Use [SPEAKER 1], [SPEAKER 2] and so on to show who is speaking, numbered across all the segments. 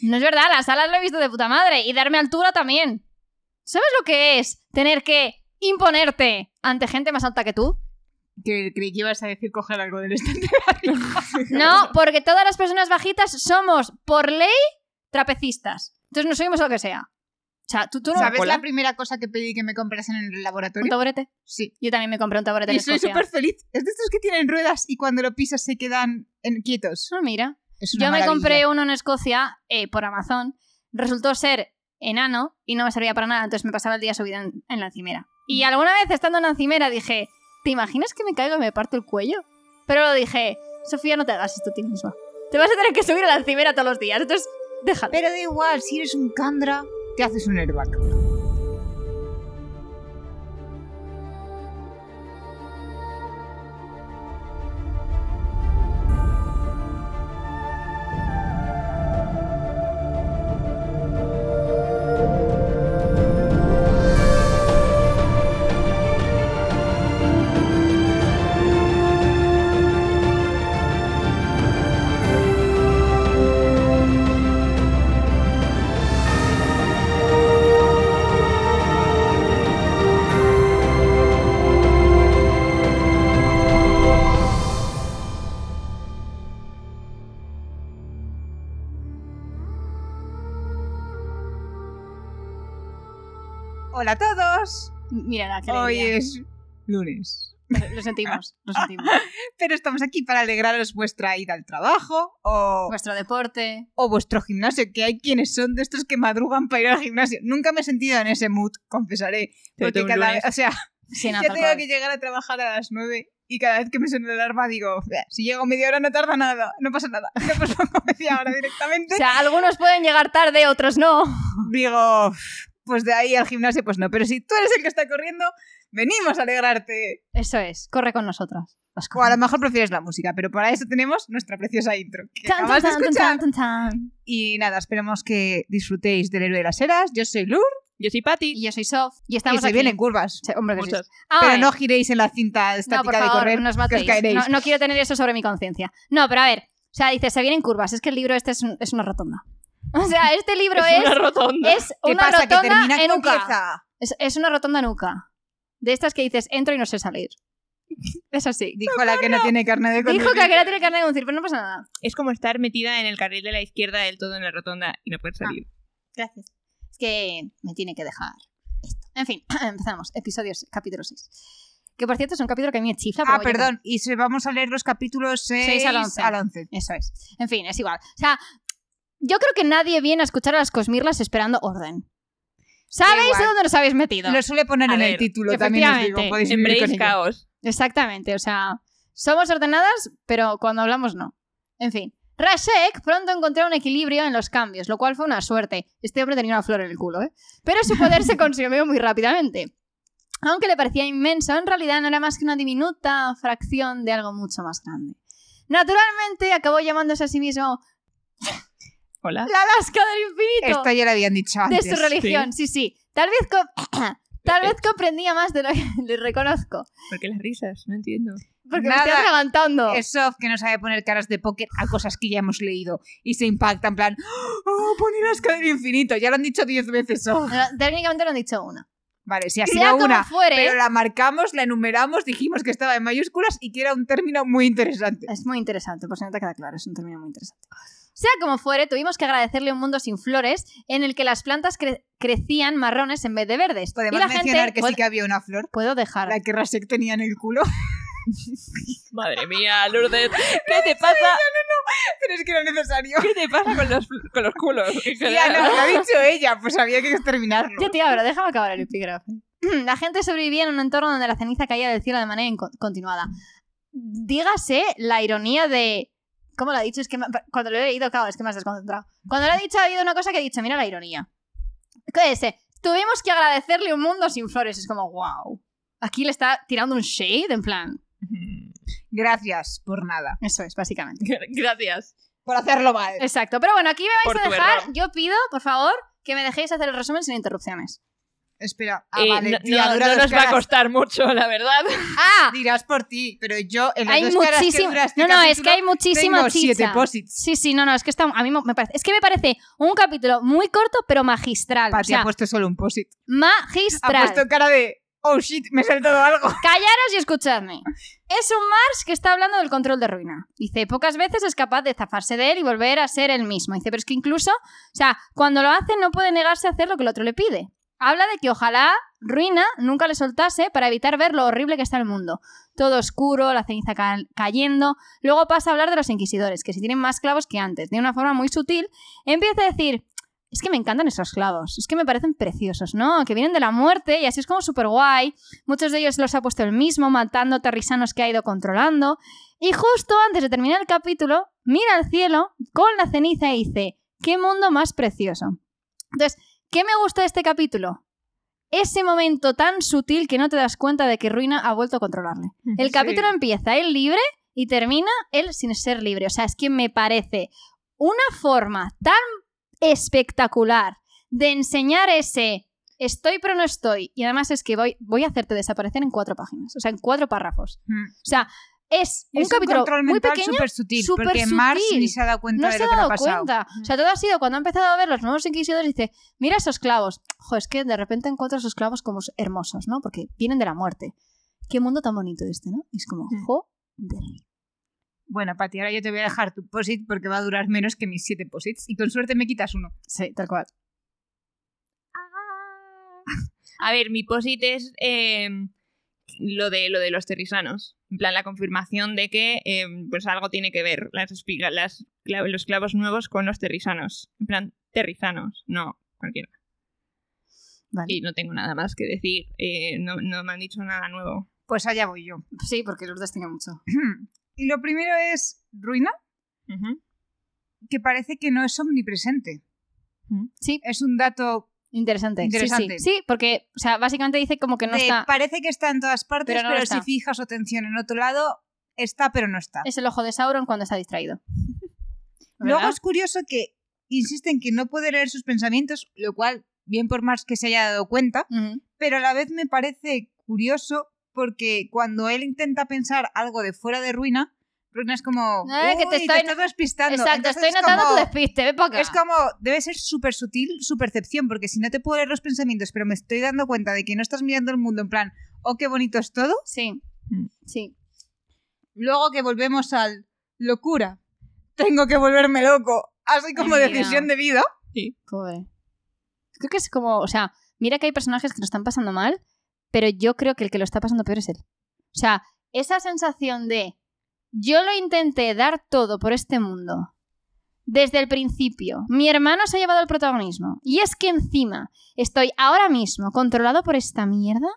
[SPEAKER 1] No es verdad, las alas lo he visto de puta madre y darme altura también. ¿Sabes lo que es tener que imponerte ante gente más alta que tú?
[SPEAKER 2] Que creí que ibas a decir coger algo del estante.
[SPEAKER 1] No, porque todas las personas bajitas somos, por ley, trapecistas. Entonces nos subimos a lo que sea. O sea, tú, tú no
[SPEAKER 2] ¿Sabes
[SPEAKER 1] Cola.
[SPEAKER 2] la primera cosa que pedí que me comprasen en el
[SPEAKER 1] un
[SPEAKER 2] laboratorio?
[SPEAKER 1] taburete.
[SPEAKER 2] Sí.
[SPEAKER 1] Yo también me compré un taburete en
[SPEAKER 2] Y soy
[SPEAKER 1] Escocia.
[SPEAKER 2] súper feliz. Es de estos que tienen ruedas y cuando lo pisas se quedan en- quietos.
[SPEAKER 1] Ah, mira.
[SPEAKER 2] Es una
[SPEAKER 1] Yo me
[SPEAKER 2] maravilla.
[SPEAKER 1] compré uno en Escocia eh, por Amazon. Resultó ser enano y no me servía para nada, entonces me pasaba el día subida en, en la encimera. Y
[SPEAKER 2] Mm.
[SPEAKER 1] alguna vez estando en la encimera dije, ¿te imaginas que me caigo y me parto el cuello? Pero lo dije, Sofía, no te hagas esto a ti misma. Te vas a tener que subir a la encimera todos los días, entonces déjalo.
[SPEAKER 2] Pero da igual, si eres un candra, te haces un airbag. Hola a todos.
[SPEAKER 1] Mira la
[SPEAKER 2] Hoy
[SPEAKER 1] alegría.
[SPEAKER 2] es lunes.
[SPEAKER 1] Lo sentimos, lo sentimos.
[SPEAKER 2] Pero estamos aquí para alegraros vuestra ida al trabajo o,
[SPEAKER 1] Vuestro deporte.
[SPEAKER 2] o vuestro gimnasio, que hay quienes son de estos que madrugan para ir al gimnasio. Nunca me he sentido en ese mood, confesaré.
[SPEAKER 3] Pero
[SPEAKER 2] Porque
[SPEAKER 3] un
[SPEAKER 2] cada
[SPEAKER 3] lunes.
[SPEAKER 2] o sea,
[SPEAKER 1] Sin
[SPEAKER 2] yo
[SPEAKER 1] azúcar.
[SPEAKER 2] tengo que llegar a trabajar a las 9 y cada vez que me suena la alarma digo, "Bah, si llego media hora no tarda nada, no pasa nada. No pasa media hora directamente.
[SPEAKER 1] O sea, algunos pueden llegar tarde, otros no.
[SPEAKER 2] digo, pues de ahí al gimnasio, pues no. Pero si tú eres el que está corriendo, venimos a alegrarte.
[SPEAKER 1] Eso es, corre con nosotras. Vas
[SPEAKER 2] O a lo
[SPEAKER 1] corriendo.
[SPEAKER 2] mejor prefieres la música, pero para eso tenemos nuestra preciosa intro. Que
[SPEAKER 1] Tan, tan,
[SPEAKER 2] acabas de
[SPEAKER 1] tan, tan,
[SPEAKER 2] escuchar.
[SPEAKER 1] tan, tan.
[SPEAKER 2] Y nada, esperemos que disfrutéis del héroe de las eras. Yo soy Lur
[SPEAKER 3] Yo soy Patty.
[SPEAKER 1] Y yo soy Sof. Y
[SPEAKER 2] y
[SPEAKER 1] estamos
[SPEAKER 2] se
[SPEAKER 1] aquí.
[SPEAKER 2] vienen curvas.
[SPEAKER 1] Sí, hombre, que sí.
[SPEAKER 3] Muchas.
[SPEAKER 1] Ah,
[SPEAKER 2] Pero
[SPEAKER 1] vale.
[SPEAKER 2] no giréis en la
[SPEAKER 1] No,
[SPEAKER 2] cinta
[SPEAKER 1] por
[SPEAKER 2] estática
[SPEAKER 1] favor,
[SPEAKER 2] de correr.
[SPEAKER 1] no os
[SPEAKER 2] que os
[SPEAKER 1] matéis.
[SPEAKER 2] caeréis.
[SPEAKER 1] No, no quiero tener eso sobre mi conciencia. No, pero a ver. O sea, dice, se vienen curvas. Es que el libro este es, un- es una rotonda. O sea, este libro
[SPEAKER 3] es,
[SPEAKER 1] es,
[SPEAKER 3] una rotonda.
[SPEAKER 1] es
[SPEAKER 2] ¿Qué
[SPEAKER 1] una
[SPEAKER 2] pasa? Que termina
[SPEAKER 1] rotonda en
[SPEAKER 2] que
[SPEAKER 1] nuca.
[SPEAKER 2] empieza.
[SPEAKER 1] Es, es una rotonda nuca. De estas que dices, entro y no sé salir. Es así.
[SPEAKER 2] Dijo la que no tiene carne de conducir.
[SPEAKER 1] Dijo que aquella tiene carne de conducir, pero no pasa nada.
[SPEAKER 3] Es como estar metida en el carril de la izquierda del todo en la rotonda y no poder
[SPEAKER 2] Ah,
[SPEAKER 3] salir.
[SPEAKER 1] Gracias. Es que me tiene que dejar esto. En fin, empezamos. Episodios, capítulo 6. Que por cierto es un capítulo que a mí me chifla.
[SPEAKER 2] Ah,
[SPEAKER 1] pero yo-
[SPEAKER 2] perdón. Y se- vamos a leer los capítulos 6,
[SPEAKER 1] Seis al once.
[SPEAKER 2] al 11.
[SPEAKER 1] Eso es. En fin, es igual. O sea, yo creo que nadie viene a escuchar a las cosmirlas esperando orden.
[SPEAKER 2] Da
[SPEAKER 1] ¿Sabéis
[SPEAKER 2] igual.
[SPEAKER 1] de dónde nos habéis metido?
[SPEAKER 2] Lo suele poner
[SPEAKER 3] A
[SPEAKER 2] en el
[SPEAKER 3] ver,
[SPEAKER 2] título también. Os digo,
[SPEAKER 1] efectivamente.
[SPEAKER 2] podéis
[SPEAKER 3] En
[SPEAKER 2] vivir con
[SPEAKER 3] Braves
[SPEAKER 2] ello.
[SPEAKER 3] Caos.
[SPEAKER 1] Exactamente, o sea, somos ordenadas, pero cuando hablamos no. En fin. Rashek pronto encontró un equilibrio en los cambios, lo cual fue una suerte. Este hombre tenía una flor en el culo, ¿eh? Pero su poder se consumió muy rápidamente. Aunque le parecía inmenso, en realidad no era más que una diminuta fracción de algo mucho más grande. Naturalmente, acabó llamándose a sí mismo
[SPEAKER 3] Hola.
[SPEAKER 1] la Alaska del Infinito.
[SPEAKER 2] Esto ya lo habían dicho
[SPEAKER 1] de
[SPEAKER 2] antes.
[SPEAKER 1] su religión, sí, sí. Tal vez, com- tal vez comprendía más de lo que le reconozco.
[SPEAKER 3] ¿Por qué las risas? No entiendo.
[SPEAKER 1] Porque me
[SPEAKER 2] Nada,
[SPEAKER 1] estoy atragantando.
[SPEAKER 2] Es Soft que no sabe poner caras de póker a cosas que ya hemos leído y se impacta en plan, ¡Oh, poner Alaska del infinito! Ya lo han dicho diez veces Soft.
[SPEAKER 1] No, Técnicamente lo han dicho una.
[SPEAKER 2] Vale, si ha
[SPEAKER 1] Sea
[SPEAKER 2] sido
[SPEAKER 1] como
[SPEAKER 2] una,
[SPEAKER 1] fuere,
[SPEAKER 2] pero la marcamos, la enumeramos, dijimos que estaba en mayúsculas y que era un término muy interesante.
[SPEAKER 1] es muy interesante, por si no te queda claro, es un término muy interesante. Sea como fuere, tuvimos que agradecerle un mundo sin flores en el que las plantas cre- crecían marrones en vez de verdes. y
[SPEAKER 2] Podemos
[SPEAKER 1] la
[SPEAKER 2] mencionar
[SPEAKER 1] gente...
[SPEAKER 2] que sí que había una flor,
[SPEAKER 1] Puedo dejar.
[SPEAKER 2] la que Rasek tenía en el culo,
[SPEAKER 3] Madre mía, Lourdes. ¿Qué te pasa?
[SPEAKER 2] pero es que era necesario.
[SPEAKER 3] ¿Qué te pasa con los, con los culos? en
[SPEAKER 2] Ya
[SPEAKER 3] general?
[SPEAKER 2] no, lo ha dicho ella, pues había que exterminarlo.
[SPEAKER 1] Tío, tío, pero déjame acabar el epígrafe. La gente sobrevivía en un entorno donde la ceniza caía del cielo de manera inco- continuada. Dígase la ironía de. ¿Cómo lo ha dicho? Es que me- cuando lo he leído, claro, es que me has desconcentrado. Cuando lo he dicho, ha habido una cosa que he dicho, mira la ironía. ¿Qué es? eh? Tuvimos que agradecerle un mundo sin flores. Es como, wow. Aquí le está tirando un shade, en plan.
[SPEAKER 2] Gracias por nada.
[SPEAKER 1] Eso es, básicamente.
[SPEAKER 3] Gracias.
[SPEAKER 2] Por hacerlo mal.
[SPEAKER 1] Eh, Exacto. Pero bueno, aquí me vais
[SPEAKER 3] Por
[SPEAKER 1] a
[SPEAKER 3] tu
[SPEAKER 1] dejar.
[SPEAKER 3] error.
[SPEAKER 1] Yo pido, por favor, que me dejéis hacer el resumen sin interrupciones.
[SPEAKER 2] Espera. Ah,
[SPEAKER 3] Eh,
[SPEAKER 2] vale.
[SPEAKER 3] no-
[SPEAKER 2] tía,
[SPEAKER 3] no,
[SPEAKER 2] dura
[SPEAKER 3] no
[SPEAKER 2] dos
[SPEAKER 3] nos va a
[SPEAKER 2] caras.
[SPEAKER 3] costar mucho, la verdad.
[SPEAKER 1] ¡Ah!
[SPEAKER 2] Dirás por ti, pero yo en las
[SPEAKER 1] Hay
[SPEAKER 2] dos caras que dura
[SPEAKER 1] muchísimas.
[SPEAKER 2] este
[SPEAKER 1] No, no, es
[SPEAKER 2] capítulo
[SPEAKER 1] que hay muchísima
[SPEAKER 2] tengo
[SPEAKER 1] chicha.
[SPEAKER 2] siete posits.
[SPEAKER 1] Sí, sí, no, no, es que está, a mí me parece, es que me parece un capítulo muy corto pero magistral,
[SPEAKER 2] Pati
[SPEAKER 1] o sea,
[SPEAKER 2] ha puesto solo un posit. pues, Ha
[SPEAKER 1] magistral.
[SPEAKER 2] puesto cara de. Oh shit, me he saltado algo.
[SPEAKER 1] Callaros y escuchadme. Es un Mars que está hablando del control de ruina. Dice, pocas veces es capaz de zafarse de él y volver a ser él mismo. Dice, pero es que incluso, o sea, cuando lo hace no puede negarse a hacer lo que el otro le pide. Habla de que ojalá Ruina nunca le soltase para evitar ver lo horrible que está el mundo. Todo oscuro, la ceniza ca- cayendo. Luego pasa a hablar de los inquisidores, que si tienen más clavos que antes. De una forma muy sutil, empieza a decir, es que me encantan esos clavos, es que me parecen preciosos, ¿no? Que vienen de la muerte y así es como súper guay. Muchos de ellos los ha puesto él mismo, matando terrisanos que ha ido controlando. Y justo antes de terminar el capítulo, mira al cielo con la ceniza y dice, ¡qué mundo más precioso! Entonces, ¿qué me gusta de este capítulo? Ese momento tan sutil que no te das cuenta de que Ruina ha vuelto a controlarle. El
[SPEAKER 2] Sí.
[SPEAKER 1] capítulo empieza él libre y termina él sin ser libre. O sea, es que me parece una forma tan espectacular de enseñar ese estoy pero no estoy. Y además es que voy, voy a hacerte desaparecer en cuatro páginas, o sea, en cuatro párrafos.
[SPEAKER 2] Mm.
[SPEAKER 1] O sea, es un
[SPEAKER 2] Es
[SPEAKER 1] capítulo
[SPEAKER 2] control
[SPEAKER 1] muy
[SPEAKER 2] mental
[SPEAKER 1] pequeño.
[SPEAKER 2] súper sutil,
[SPEAKER 1] súper
[SPEAKER 2] porque Mars
[SPEAKER 1] sutil.
[SPEAKER 2] ni se ha dado cuenta
[SPEAKER 1] No
[SPEAKER 2] de
[SPEAKER 1] se
[SPEAKER 2] lo
[SPEAKER 1] ha
[SPEAKER 2] que le ha
[SPEAKER 1] dado
[SPEAKER 2] pasado. Mm.
[SPEAKER 1] cuenta. O sea, todo ha sido cuando ha empezado a ver los nuevos inquisidores y dice, mira esos clavos. Joder, es que de repente encuentro esos clavos como hermosos, ¿no? Porque vienen de la muerte. Qué mundo tan bonito este, ¿no? Y es como,
[SPEAKER 2] Mm.
[SPEAKER 1] joder.
[SPEAKER 2] Bueno, Pati, ahora yo te voy a dejar tu posit porque va a durar menos que mis siete posits y con suerte me quitas uno.
[SPEAKER 1] Sí, tal cual.
[SPEAKER 3] A ver, mi posit es eh, lo, de, lo de los terrisanos. En plan, la confirmación de que eh, pues algo tiene que ver las espigas, las, cla- los clavos nuevos con los terrisanos. En plan, terrisanos, no cualquiera.
[SPEAKER 1] Vale.
[SPEAKER 3] Y no tengo nada más que decir. eh, no, no me han dicho nada nuevo.
[SPEAKER 2] Pues allá voy yo.
[SPEAKER 1] Sí, porque Lourdes tiene mucho.
[SPEAKER 2] Y lo primero es Ruina, que parece que no es omnipresente.
[SPEAKER 1] Mm, Sí,
[SPEAKER 2] Es un dato
[SPEAKER 1] interesante. Sí,
[SPEAKER 2] Interesante.
[SPEAKER 1] Sí, sí, porque, o sea, básicamente dice como que no
[SPEAKER 2] de-
[SPEAKER 1] está.
[SPEAKER 2] parece que está en todas partes,
[SPEAKER 1] Pero
[SPEAKER 2] pero,
[SPEAKER 1] no lo
[SPEAKER 2] si
[SPEAKER 1] está.
[SPEAKER 2] fijas tu atención en otro lado, está pero no está.
[SPEAKER 1] Es el ojo de Sauron cuando está distraído.
[SPEAKER 2] Luego
[SPEAKER 1] ¿Verdad?
[SPEAKER 2] es curioso que insisten que no puede leer sus pensamientos, lo cual, bien por Mars que se haya dado cuenta,
[SPEAKER 1] Ujú.
[SPEAKER 2] pero a la vez me parece curioso porque cuando él intenta pensar algo de fuera de ruina, ruina es como.
[SPEAKER 1] Eh, que te
[SPEAKER 2] "Uy,
[SPEAKER 1] estoy-
[SPEAKER 2] estás despistando.
[SPEAKER 1] Exacto,
[SPEAKER 2] Entonces
[SPEAKER 1] estoy
[SPEAKER 2] es
[SPEAKER 1] notando
[SPEAKER 2] como-
[SPEAKER 1] tu despiste, ve pa' acá.
[SPEAKER 2] Es como, debe ser súper sutil su percepción, porque si no te puedo leer los pensamientos, pero me estoy dando cuenta de que no estás mirando el mundo en plan, oh, qué bonito es todo.
[SPEAKER 1] Sí.
[SPEAKER 3] Mm.
[SPEAKER 1] Sí.
[SPEAKER 2] Luego que volvemos al locura, tengo que volverme loco, así como
[SPEAKER 1] Mira.
[SPEAKER 2] decisión de vida.
[SPEAKER 1] Pobre. Creo que es como, o sea, mira que hay personajes que lo están pasando mal, pero yo creo que el que lo está pasando peor es él. O sea, esa sensación de yo lo intenté dar todo por este mundo desde el principio. Mi hermano se ha llevado el protagonismo. Y es que encima estoy ahora mismo controlado por esta mierda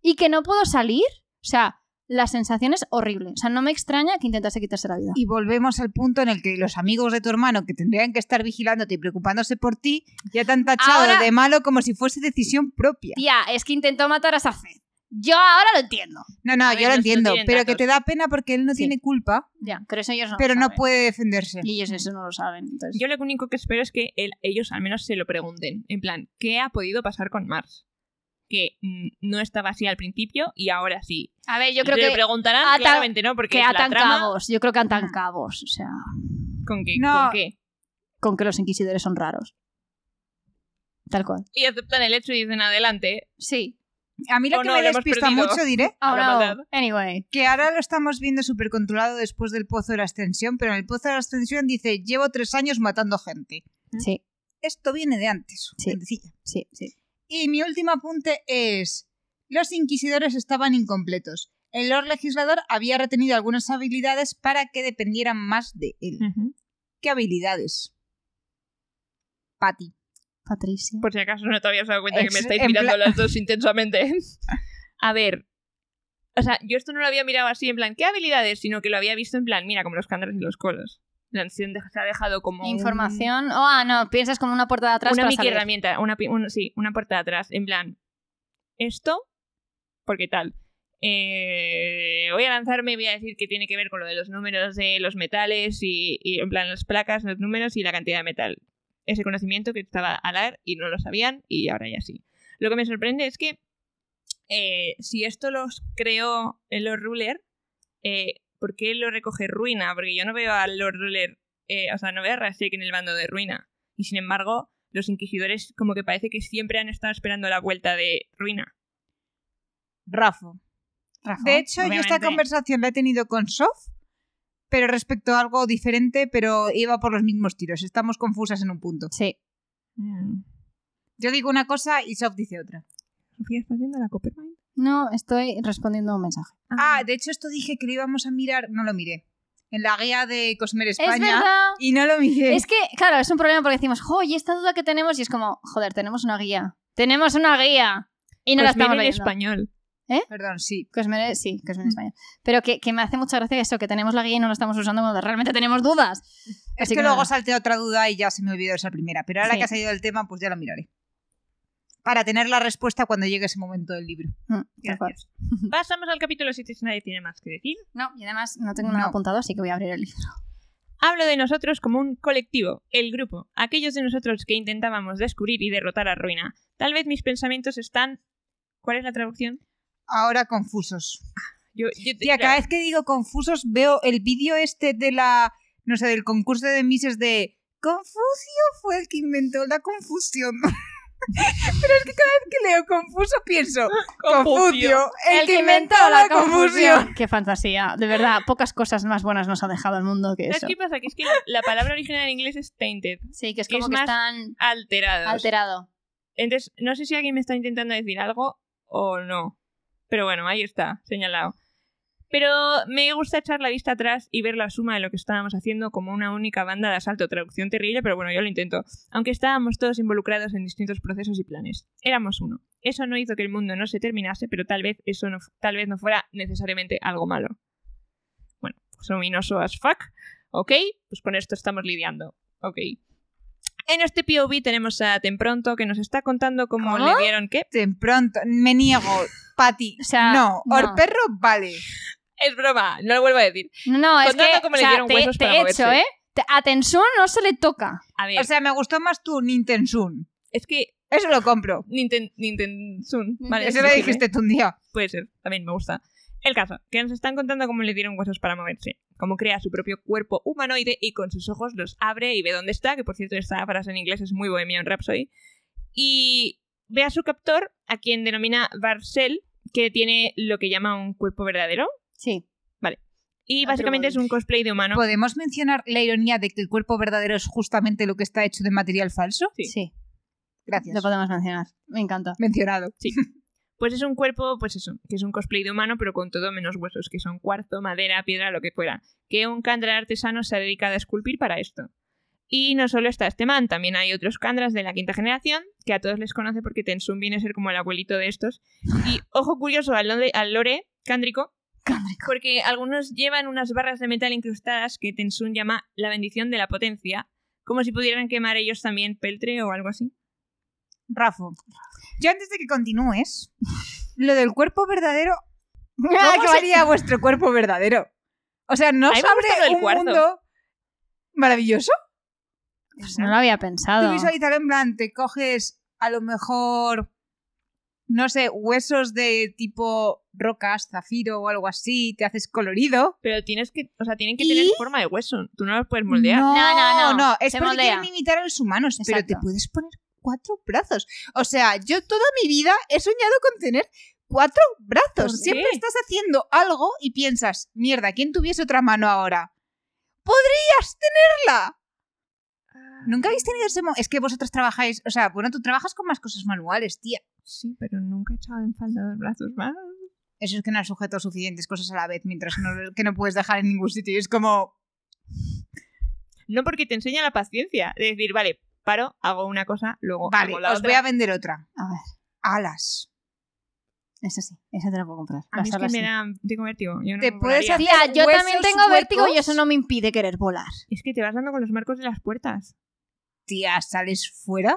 [SPEAKER 1] y que no puedo salir. O sea, la sensación es horrible. O sea, no me extraña que intentase quitarse la vida.
[SPEAKER 2] Y volvemos al punto en el que los amigos de tu hermano, que tendrían que estar vigilándote y preocupándose por ti, ya te han tachado
[SPEAKER 1] Ahora-
[SPEAKER 2] de malo como si fuese decisión propia.
[SPEAKER 1] Tía, es que intentó matar a Safed. Yo ahora lo entiendo.
[SPEAKER 2] No, no,
[SPEAKER 3] A ver,
[SPEAKER 2] yo
[SPEAKER 3] no-
[SPEAKER 2] lo
[SPEAKER 3] no
[SPEAKER 2] entiendo,
[SPEAKER 3] tienen
[SPEAKER 2] pero
[SPEAKER 3] datos.
[SPEAKER 2] que te da pena porque él no
[SPEAKER 1] Sí.
[SPEAKER 2] tiene culpa,
[SPEAKER 1] Ya, pero eso ellos no
[SPEAKER 2] pero
[SPEAKER 1] lo
[SPEAKER 2] no
[SPEAKER 1] saben.
[SPEAKER 2] puede defenderse.
[SPEAKER 1] Y ellos eso no lo saben. entonces-
[SPEAKER 3] Yo lo único que espero es que el- ellos al menos se lo pregunten. En plan, ¿qué ha podido pasar con Mars? Que mm, no estaba así al principio y ahora sí.
[SPEAKER 1] a ver, yo
[SPEAKER 3] Y
[SPEAKER 1] creo
[SPEAKER 3] te lo
[SPEAKER 1] que,
[SPEAKER 3] preguntarán
[SPEAKER 1] atan-
[SPEAKER 3] claramente, ¿no? Porque
[SPEAKER 1] que
[SPEAKER 3] es la
[SPEAKER 1] atan
[SPEAKER 3] trama
[SPEAKER 1] cabos. Yo creo que atan cabos. O sea,
[SPEAKER 3] con qué,
[SPEAKER 2] No.
[SPEAKER 3] con qué.
[SPEAKER 1] con que los inquisidores son raros. Tal cual.
[SPEAKER 3] Y aceptan el hecho y dicen adelante.
[SPEAKER 1] Sí.
[SPEAKER 2] A mí lo
[SPEAKER 3] O
[SPEAKER 2] que
[SPEAKER 3] no,
[SPEAKER 2] me
[SPEAKER 3] lo hemos
[SPEAKER 2] despista
[SPEAKER 3] perdido.
[SPEAKER 2] mucho, diré,
[SPEAKER 1] Oh,
[SPEAKER 3] A la
[SPEAKER 1] no.
[SPEAKER 3] maldad.
[SPEAKER 1] Anyway.
[SPEAKER 2] que ahora lo estamos viendo súper controlado después del Pozo de la Ascensión, pero en el Pozo de la Ascensión dice, llevo tres años matando gente.
[SPEAKER 1] Sí,
[SPEAKER 2] Esto viene de antes,
[SPEAKER 1] Sí.
[SPEAKER 2] sencillo.
[SPEAKER 1] sí, sí.
[SPEAKER 2] Y mi último apunte es, los inquisidores estaban incompletos. El Lord Legislador había retenido algunas habilidades para que dependieran más de él.
[SPEAKER 1] Mm.
[SPEAKER 2] ¿Qué habilidades? Patty.
[SPEAKER 1] Patricia.
[SPEAKER 3] Por si acaso no te habías dado cuenta que
[SPEAKER 2] Es-
[SPEAKER 3] me estáis
[SPEAKER 2] en
[SPEAKER 3] mirando
[SPEAKER 2] plan-
[SPEAKER 3] las dos intensamente. A ver. O sea, yo esto no lo había mirado así en plan, ¿qué habilidades? Sino que lo había visto en plan, mira, como los cántaros y los colos. En plan, Se han dej- se ha dejado como.
[SPEAKER 1] Em,
[SPEAKER 3] un-
[SPEAKER 1] Información. Oh, ah, no. Piensas como una puerta de atrás.
[SPEAKER 3] una
[SPEAKER 1] para
[SPEAKER 3] micro
[SPEAKER 1] salir.
[SPEAKER 3] herramienta, una, pi- un- sí, una puerta de atrás, en plan, esto, porque tal. Eh, voy a lanzarme y voy a decir que tiene que ver con lo de los números de los metales y, y, en plan las placas, los números y la cantidad de metal. Ese conocimiento que estaba al aire y no lo sabían y ahora ya sí. Lo que me sorprende es que eh, si esto los creó el Lord Ruler, eh, ¿por qué lo recoge Ruina? Porque yo no veo al Lord Ruler, eh, o sea, no veo a Rasek en el bando de Ruina. Y sin embargo, los inquisidores como que parece que siempre han estado esperando la vuelta de Ruina.
[SPEAKER 2] Rafa.
[SPEAKER 1] Rafa.
[SPEAKER 2] De hecho, yo esta
[SPEAKER 3] obviamente.
[SPEAKER 2] conversación la he tenido con Sof, pero respecto a algo diferente, pero iba por los mismos tiros. Estamos confusas en un punto.
[SPEAKER 1] Sí.
[SPEAKER 2] Yo digo una cosa y Sof dice otra.
[SPEAKER 3] ¿Sofía estás viendo la Coppermine?
[SPEAKER 1] No, estoy respondiendo a un mensaje.
[SPEAKER 2] Ah, de hecho, esto dije que lo íbamos a mirar, no lo miré. En la guía de Cosmer
[SPEAKER 1] Es
[SPEAKER 2] España.
[SPEAKER 1] verdad.
[SPEAKER 2] y no lo miré.
[SPEAKER 1] Es que, claro, es un problema porque decimos, joder, esta duda que tenemos, y es como, joder, tenemos una guía. Tenemos una guía. Y no la
[SPEAKER 3] Pues
[SPEAKER 1] estamos
[SPEAKER 3] ven en
[SPEAKER 1] leyendo.
[SPEAKER 3] español.
[SPEAKER 2] Perdón, sí.
[SPEAKER 1] Cosmere- sí, Cosmere
[SPEAKER 3] Mm.
[SPEAKER 1] en español. Pero que, que me hace mucha gracia eso, que tenemos la guía y no la estamos usando cuando realmente tenemos dudas.
[SPEAKER 2] Es
[SPEAKER 1] Así
[SPEAKER 2] que
[SPEAKER 1] que nada.
[SPEAKER 2] luego salté otra duda y ya se me olvidó esa primera. Pero ahora
[SPEAKER 1] Sí.
[SPEAKER 2] que ha salido el tema, pues ya lo miraré. Para tener la respuesta cuando llegue ese momento del libro.
[SPEAKER 1] Mm, tal cual.
[SPEAKER 3] Gracias. Pasamos al capítulo 7 si nadie tiene más que decir.
[SPEAKER 1] No, y además no tengo nada
[SPEAKER 2] No.
[SPEAKER 1] apuntado, así que voy a abrir el libro.
[SPEAKER 3] Hablo de nosotros como un colectivo, el grupo, aquellos de nosotros que intentábamos descubrir y derrotar a Ruina. Tal vez mis pensamientos están... ¿Cuál es la traducción?
[SPEAKER 2] Ahora confusos.
[SPEAKER 3] Yo, yo-
[SPEAKER 2] Tía, cada vez que digo confusos veo el vídeo este de la, no sé, del concurso de Mises de Confucio fue el que inventó la confusión. Pero es que cada vez que leo confuso pienso Confucio, el, que inventó la confusión.
[SPEAKER 1] Qué fantasía. De verdad, pocas cosas más buenas nos ha dejado el mundo que
[SPEAKER 3] ¿Sabes
[SPEAKER 1] eso.
[SPEAKER 3] qué pasa? Que es que la, la palabra original en inglés es tainted,
[SPEAKER 1] Sí, que es
[SPEAKER 3] que
[SPEAKER 1] como
[SPEAKER 3] es
[SPEAKER 1] que
[SPEAKER 3] más
[SPEAKER 1] están
[SPEAKER 3] alterados.
[SPEAKER 1] alterado.
[SPEAKER 3] Entonces, no sé si alguien me está intentando decir algo o no. Pero bueno, ahí está, señalado. Pero me gusta echar la vista atrás y ver la suma de lo que estábamos haciendo como una única banda de asalto. Traducción terrible, pero bueno, yo lo intento. Aunque estábamos todos involucrados en distintos procesos y planes. Éramos uno. Eso no hizo que el mundo no se terminase, pero tal vez eso no, tal vez no fuera necesariamente algo malo. Bueno, pues ominoso as fuck. Ok, pues con esto estamos lidiando. Ok. En este POV tenemos a Tempronto que nos está contando cómo,
[SPEAKER 1] ¿Cómo?
[SPEAKER 3] le dieron que...
[SPEAKER 2] Ten pronto, me niego, Pati.
[SPEAKER 1] O sea,
[SPEAKER 2] Ah, no,
[SPEAKER 1] no.
[SPEAKER 2] or perro vale.
[SPEAKER 3] Es broma, no lo vuelvo a decir.
[SPEAKER 1] No, es
[SPEAKER 3] Contando
[SPEAKER 1] que
[SPEAKER 3] cómo
[SPEAKER 1] o
[SPEAKER 3] le
[SPEAKER 1] sea,
[SPEAKER 3] dieron
[SPEAKER 1] te,
[SPEAKER 3] huesos
[SPEAKER 1] te
[SPEAKER 3] para
[SPEAKER 1] he
[SPEAKER 3] moverse.
[SPEAKER 1] hecho, ¿eh? Te- A Tensun no se le toca.
[SPEAKER 3] A ver,
[SPEAKER 2] O sea, me gustó más tu Nintensun.
[SPEAKER 3] es que
[SPEAKER 2] Eso lo compro.
[SPEAKER 3] Ninten- Nintensun. Vale,
[SPEAKER 2] Eso lo
[SPEAKER 3] sí,
[SPEAKER 2] dijiste tú un día.
[SPEAKER 3] Puede ser, también me gusta. El caso, que nos están contando cómo le dieron huesos para moverse, cómo crea su propio cuerpo humanoide y con sus ojos los abre y ve dónde está, que por cierto esta frase en inglés es muy Bohemian Rhapsody, y ve a su captor, a quien denomina Barcel, que tiene lo que llama un cuerpo verdadero,
[SPEAKER 1] Sí.
[SPEAKER 3] y básicamente es un cosplay de humano.
[SPEAKER 2] ¿Podemos mencionar la ironía de que el cuerpo verdadero es justamente lo que está hecho de material falso?
[SPEAKER 3] Sí.
[SPEAKER 1] Sí.
[SPEAKER 2] Gracias.
[SPEAKER 1] Lo podemos mencionar. Me encanta.
[SPEAKER 2] Mencionado.
[SPEAKER 3] Pues es un cuerpo, pues eso, que es un cosplay de humano, pero con todo menos huesos, que son cuarzo, madera, piedra, lo que fuera. Que un candra artesano se dedica a esculpir para esto. Y no solo está este man, también hay otros candras de la quinta generación, que a todos les conoce porque Tensun viene a ser como el abuelito de estos. Y ojo curioso al lore, al lore cándrico, porque algunos llevan unas barras de metal incrustadas que Tensun llama la bendición de la potencia, como si pudieran quemar ellos también peltre o algo así.
[SPEAKER 2] Rafa, yo antes de que continúes, lo del cuerpo verdadero, ¿cómo
[SPEAKER 1] Ah, qué
[SPEAKER 2] sería vuestro cuerpo verdadero? O sea, ¿no
[SPEAKER 3] A mí
[SPEAKER 2] os
[SPEAKER 3] me gusta lo
[SPEAKER 2] abre
[SPEAKER 3] del
[SPEAKER 2] un
[SPEAKER 3] cuarzo.
[SPEAKER 2] mundo maravilloso?
[SPEAKER 1] Pues no lo había pensado.
[SPEAKER 2] Tú visualízalo en plan, te coges a lo mejor, no sé, huesos de tipo rocas, zafiro o algo así, te haces colorido.
[SPEAKER 3] Pero tienes que, o sea, tienen que
[SPEAKER 2] ¿Y?
[SPEAKER 3] tener forma de hueso. Tú no los puedes moldear.
[SPEAKER 2] No,
[SPEAKER 1] No,
[SPEAKER 2] no,
[SPEAKER 1] no,
[SPEAKER 2] no, es
[SPEAKER 1] se
[SPEAKER 2] porque
[SPEAKER 1] moldea.
[SPEAKER 2] quieren imitar a los humanos, pero te
[SPEAKER 1] Exacto.
[SPEAKER 2] puedes poner cuatro brazos. O sea, yo toda mi vida he soñado con tener cuatro
[SPEAKER 3] ¿Por
[SPEAKER 2] brazos. Siempre
[SPEAKER 3] qué?
[SPEAKER 2] estás haciendo algo y piensas, mierda, ¿quién tuviese otra mano ahora? ¡Podrías tenerla! Nunca habéis tenido ese mo- Es que vosotros trabajáis, o sea, bueno, tú trabajas con más cosas manuales, tía.
[SPEAKER 3] Sí, pero nunca he echado en falta dos brazos más.
[SPEAKER 2] Eso es que no has sujeto suficientes cosas a la vez, mientras no- que no puedes dejar en ningún sitio. Y es como,
[SPEAKER 3] No porque te enseña la paciencia. De decir, vale, paro, hago una cosa, luego
[SPEAKER 2] vale,
[SPEAKER 3] hago la
[SPEAKER 2] os
[SPEAKER 3] otra.
[SPEAKER 2] voy a vender otra.
[SPEAKER 1] A ver,
[SPEAKER 2] Alas.
[SPEAKER 1] eso sí, eso te lo puedo comprar.
[SPEAKER 3] A mí es
[SPEAKER 1] Las
[SPEAKER 3] que
[SPEAKER 1] alas
[SPEAKER 3] me
[SPEAKER 1] sí.
[SPEAKER 3] da... Tengo vértigo. Yo no
[SPEAKER 2] Te
[SPEAKER 3] me
[SPEAKER 2] puedes
[SPEAKER 3] volaría.
[SPEAKER 2] hacer-
[SPEAKER 1] Tía, yo
[SPEAKER 2] huesos
[SPEAKER 1] también tengo vértigo y
[SPEAKER 2] huecos.
[SPEAKER 1] eso no me impide querer volar.
[SPEAKER 3] Es que te vas dando con los marcos de las puertas.
[SPEAKER 2] Tía, sales fuera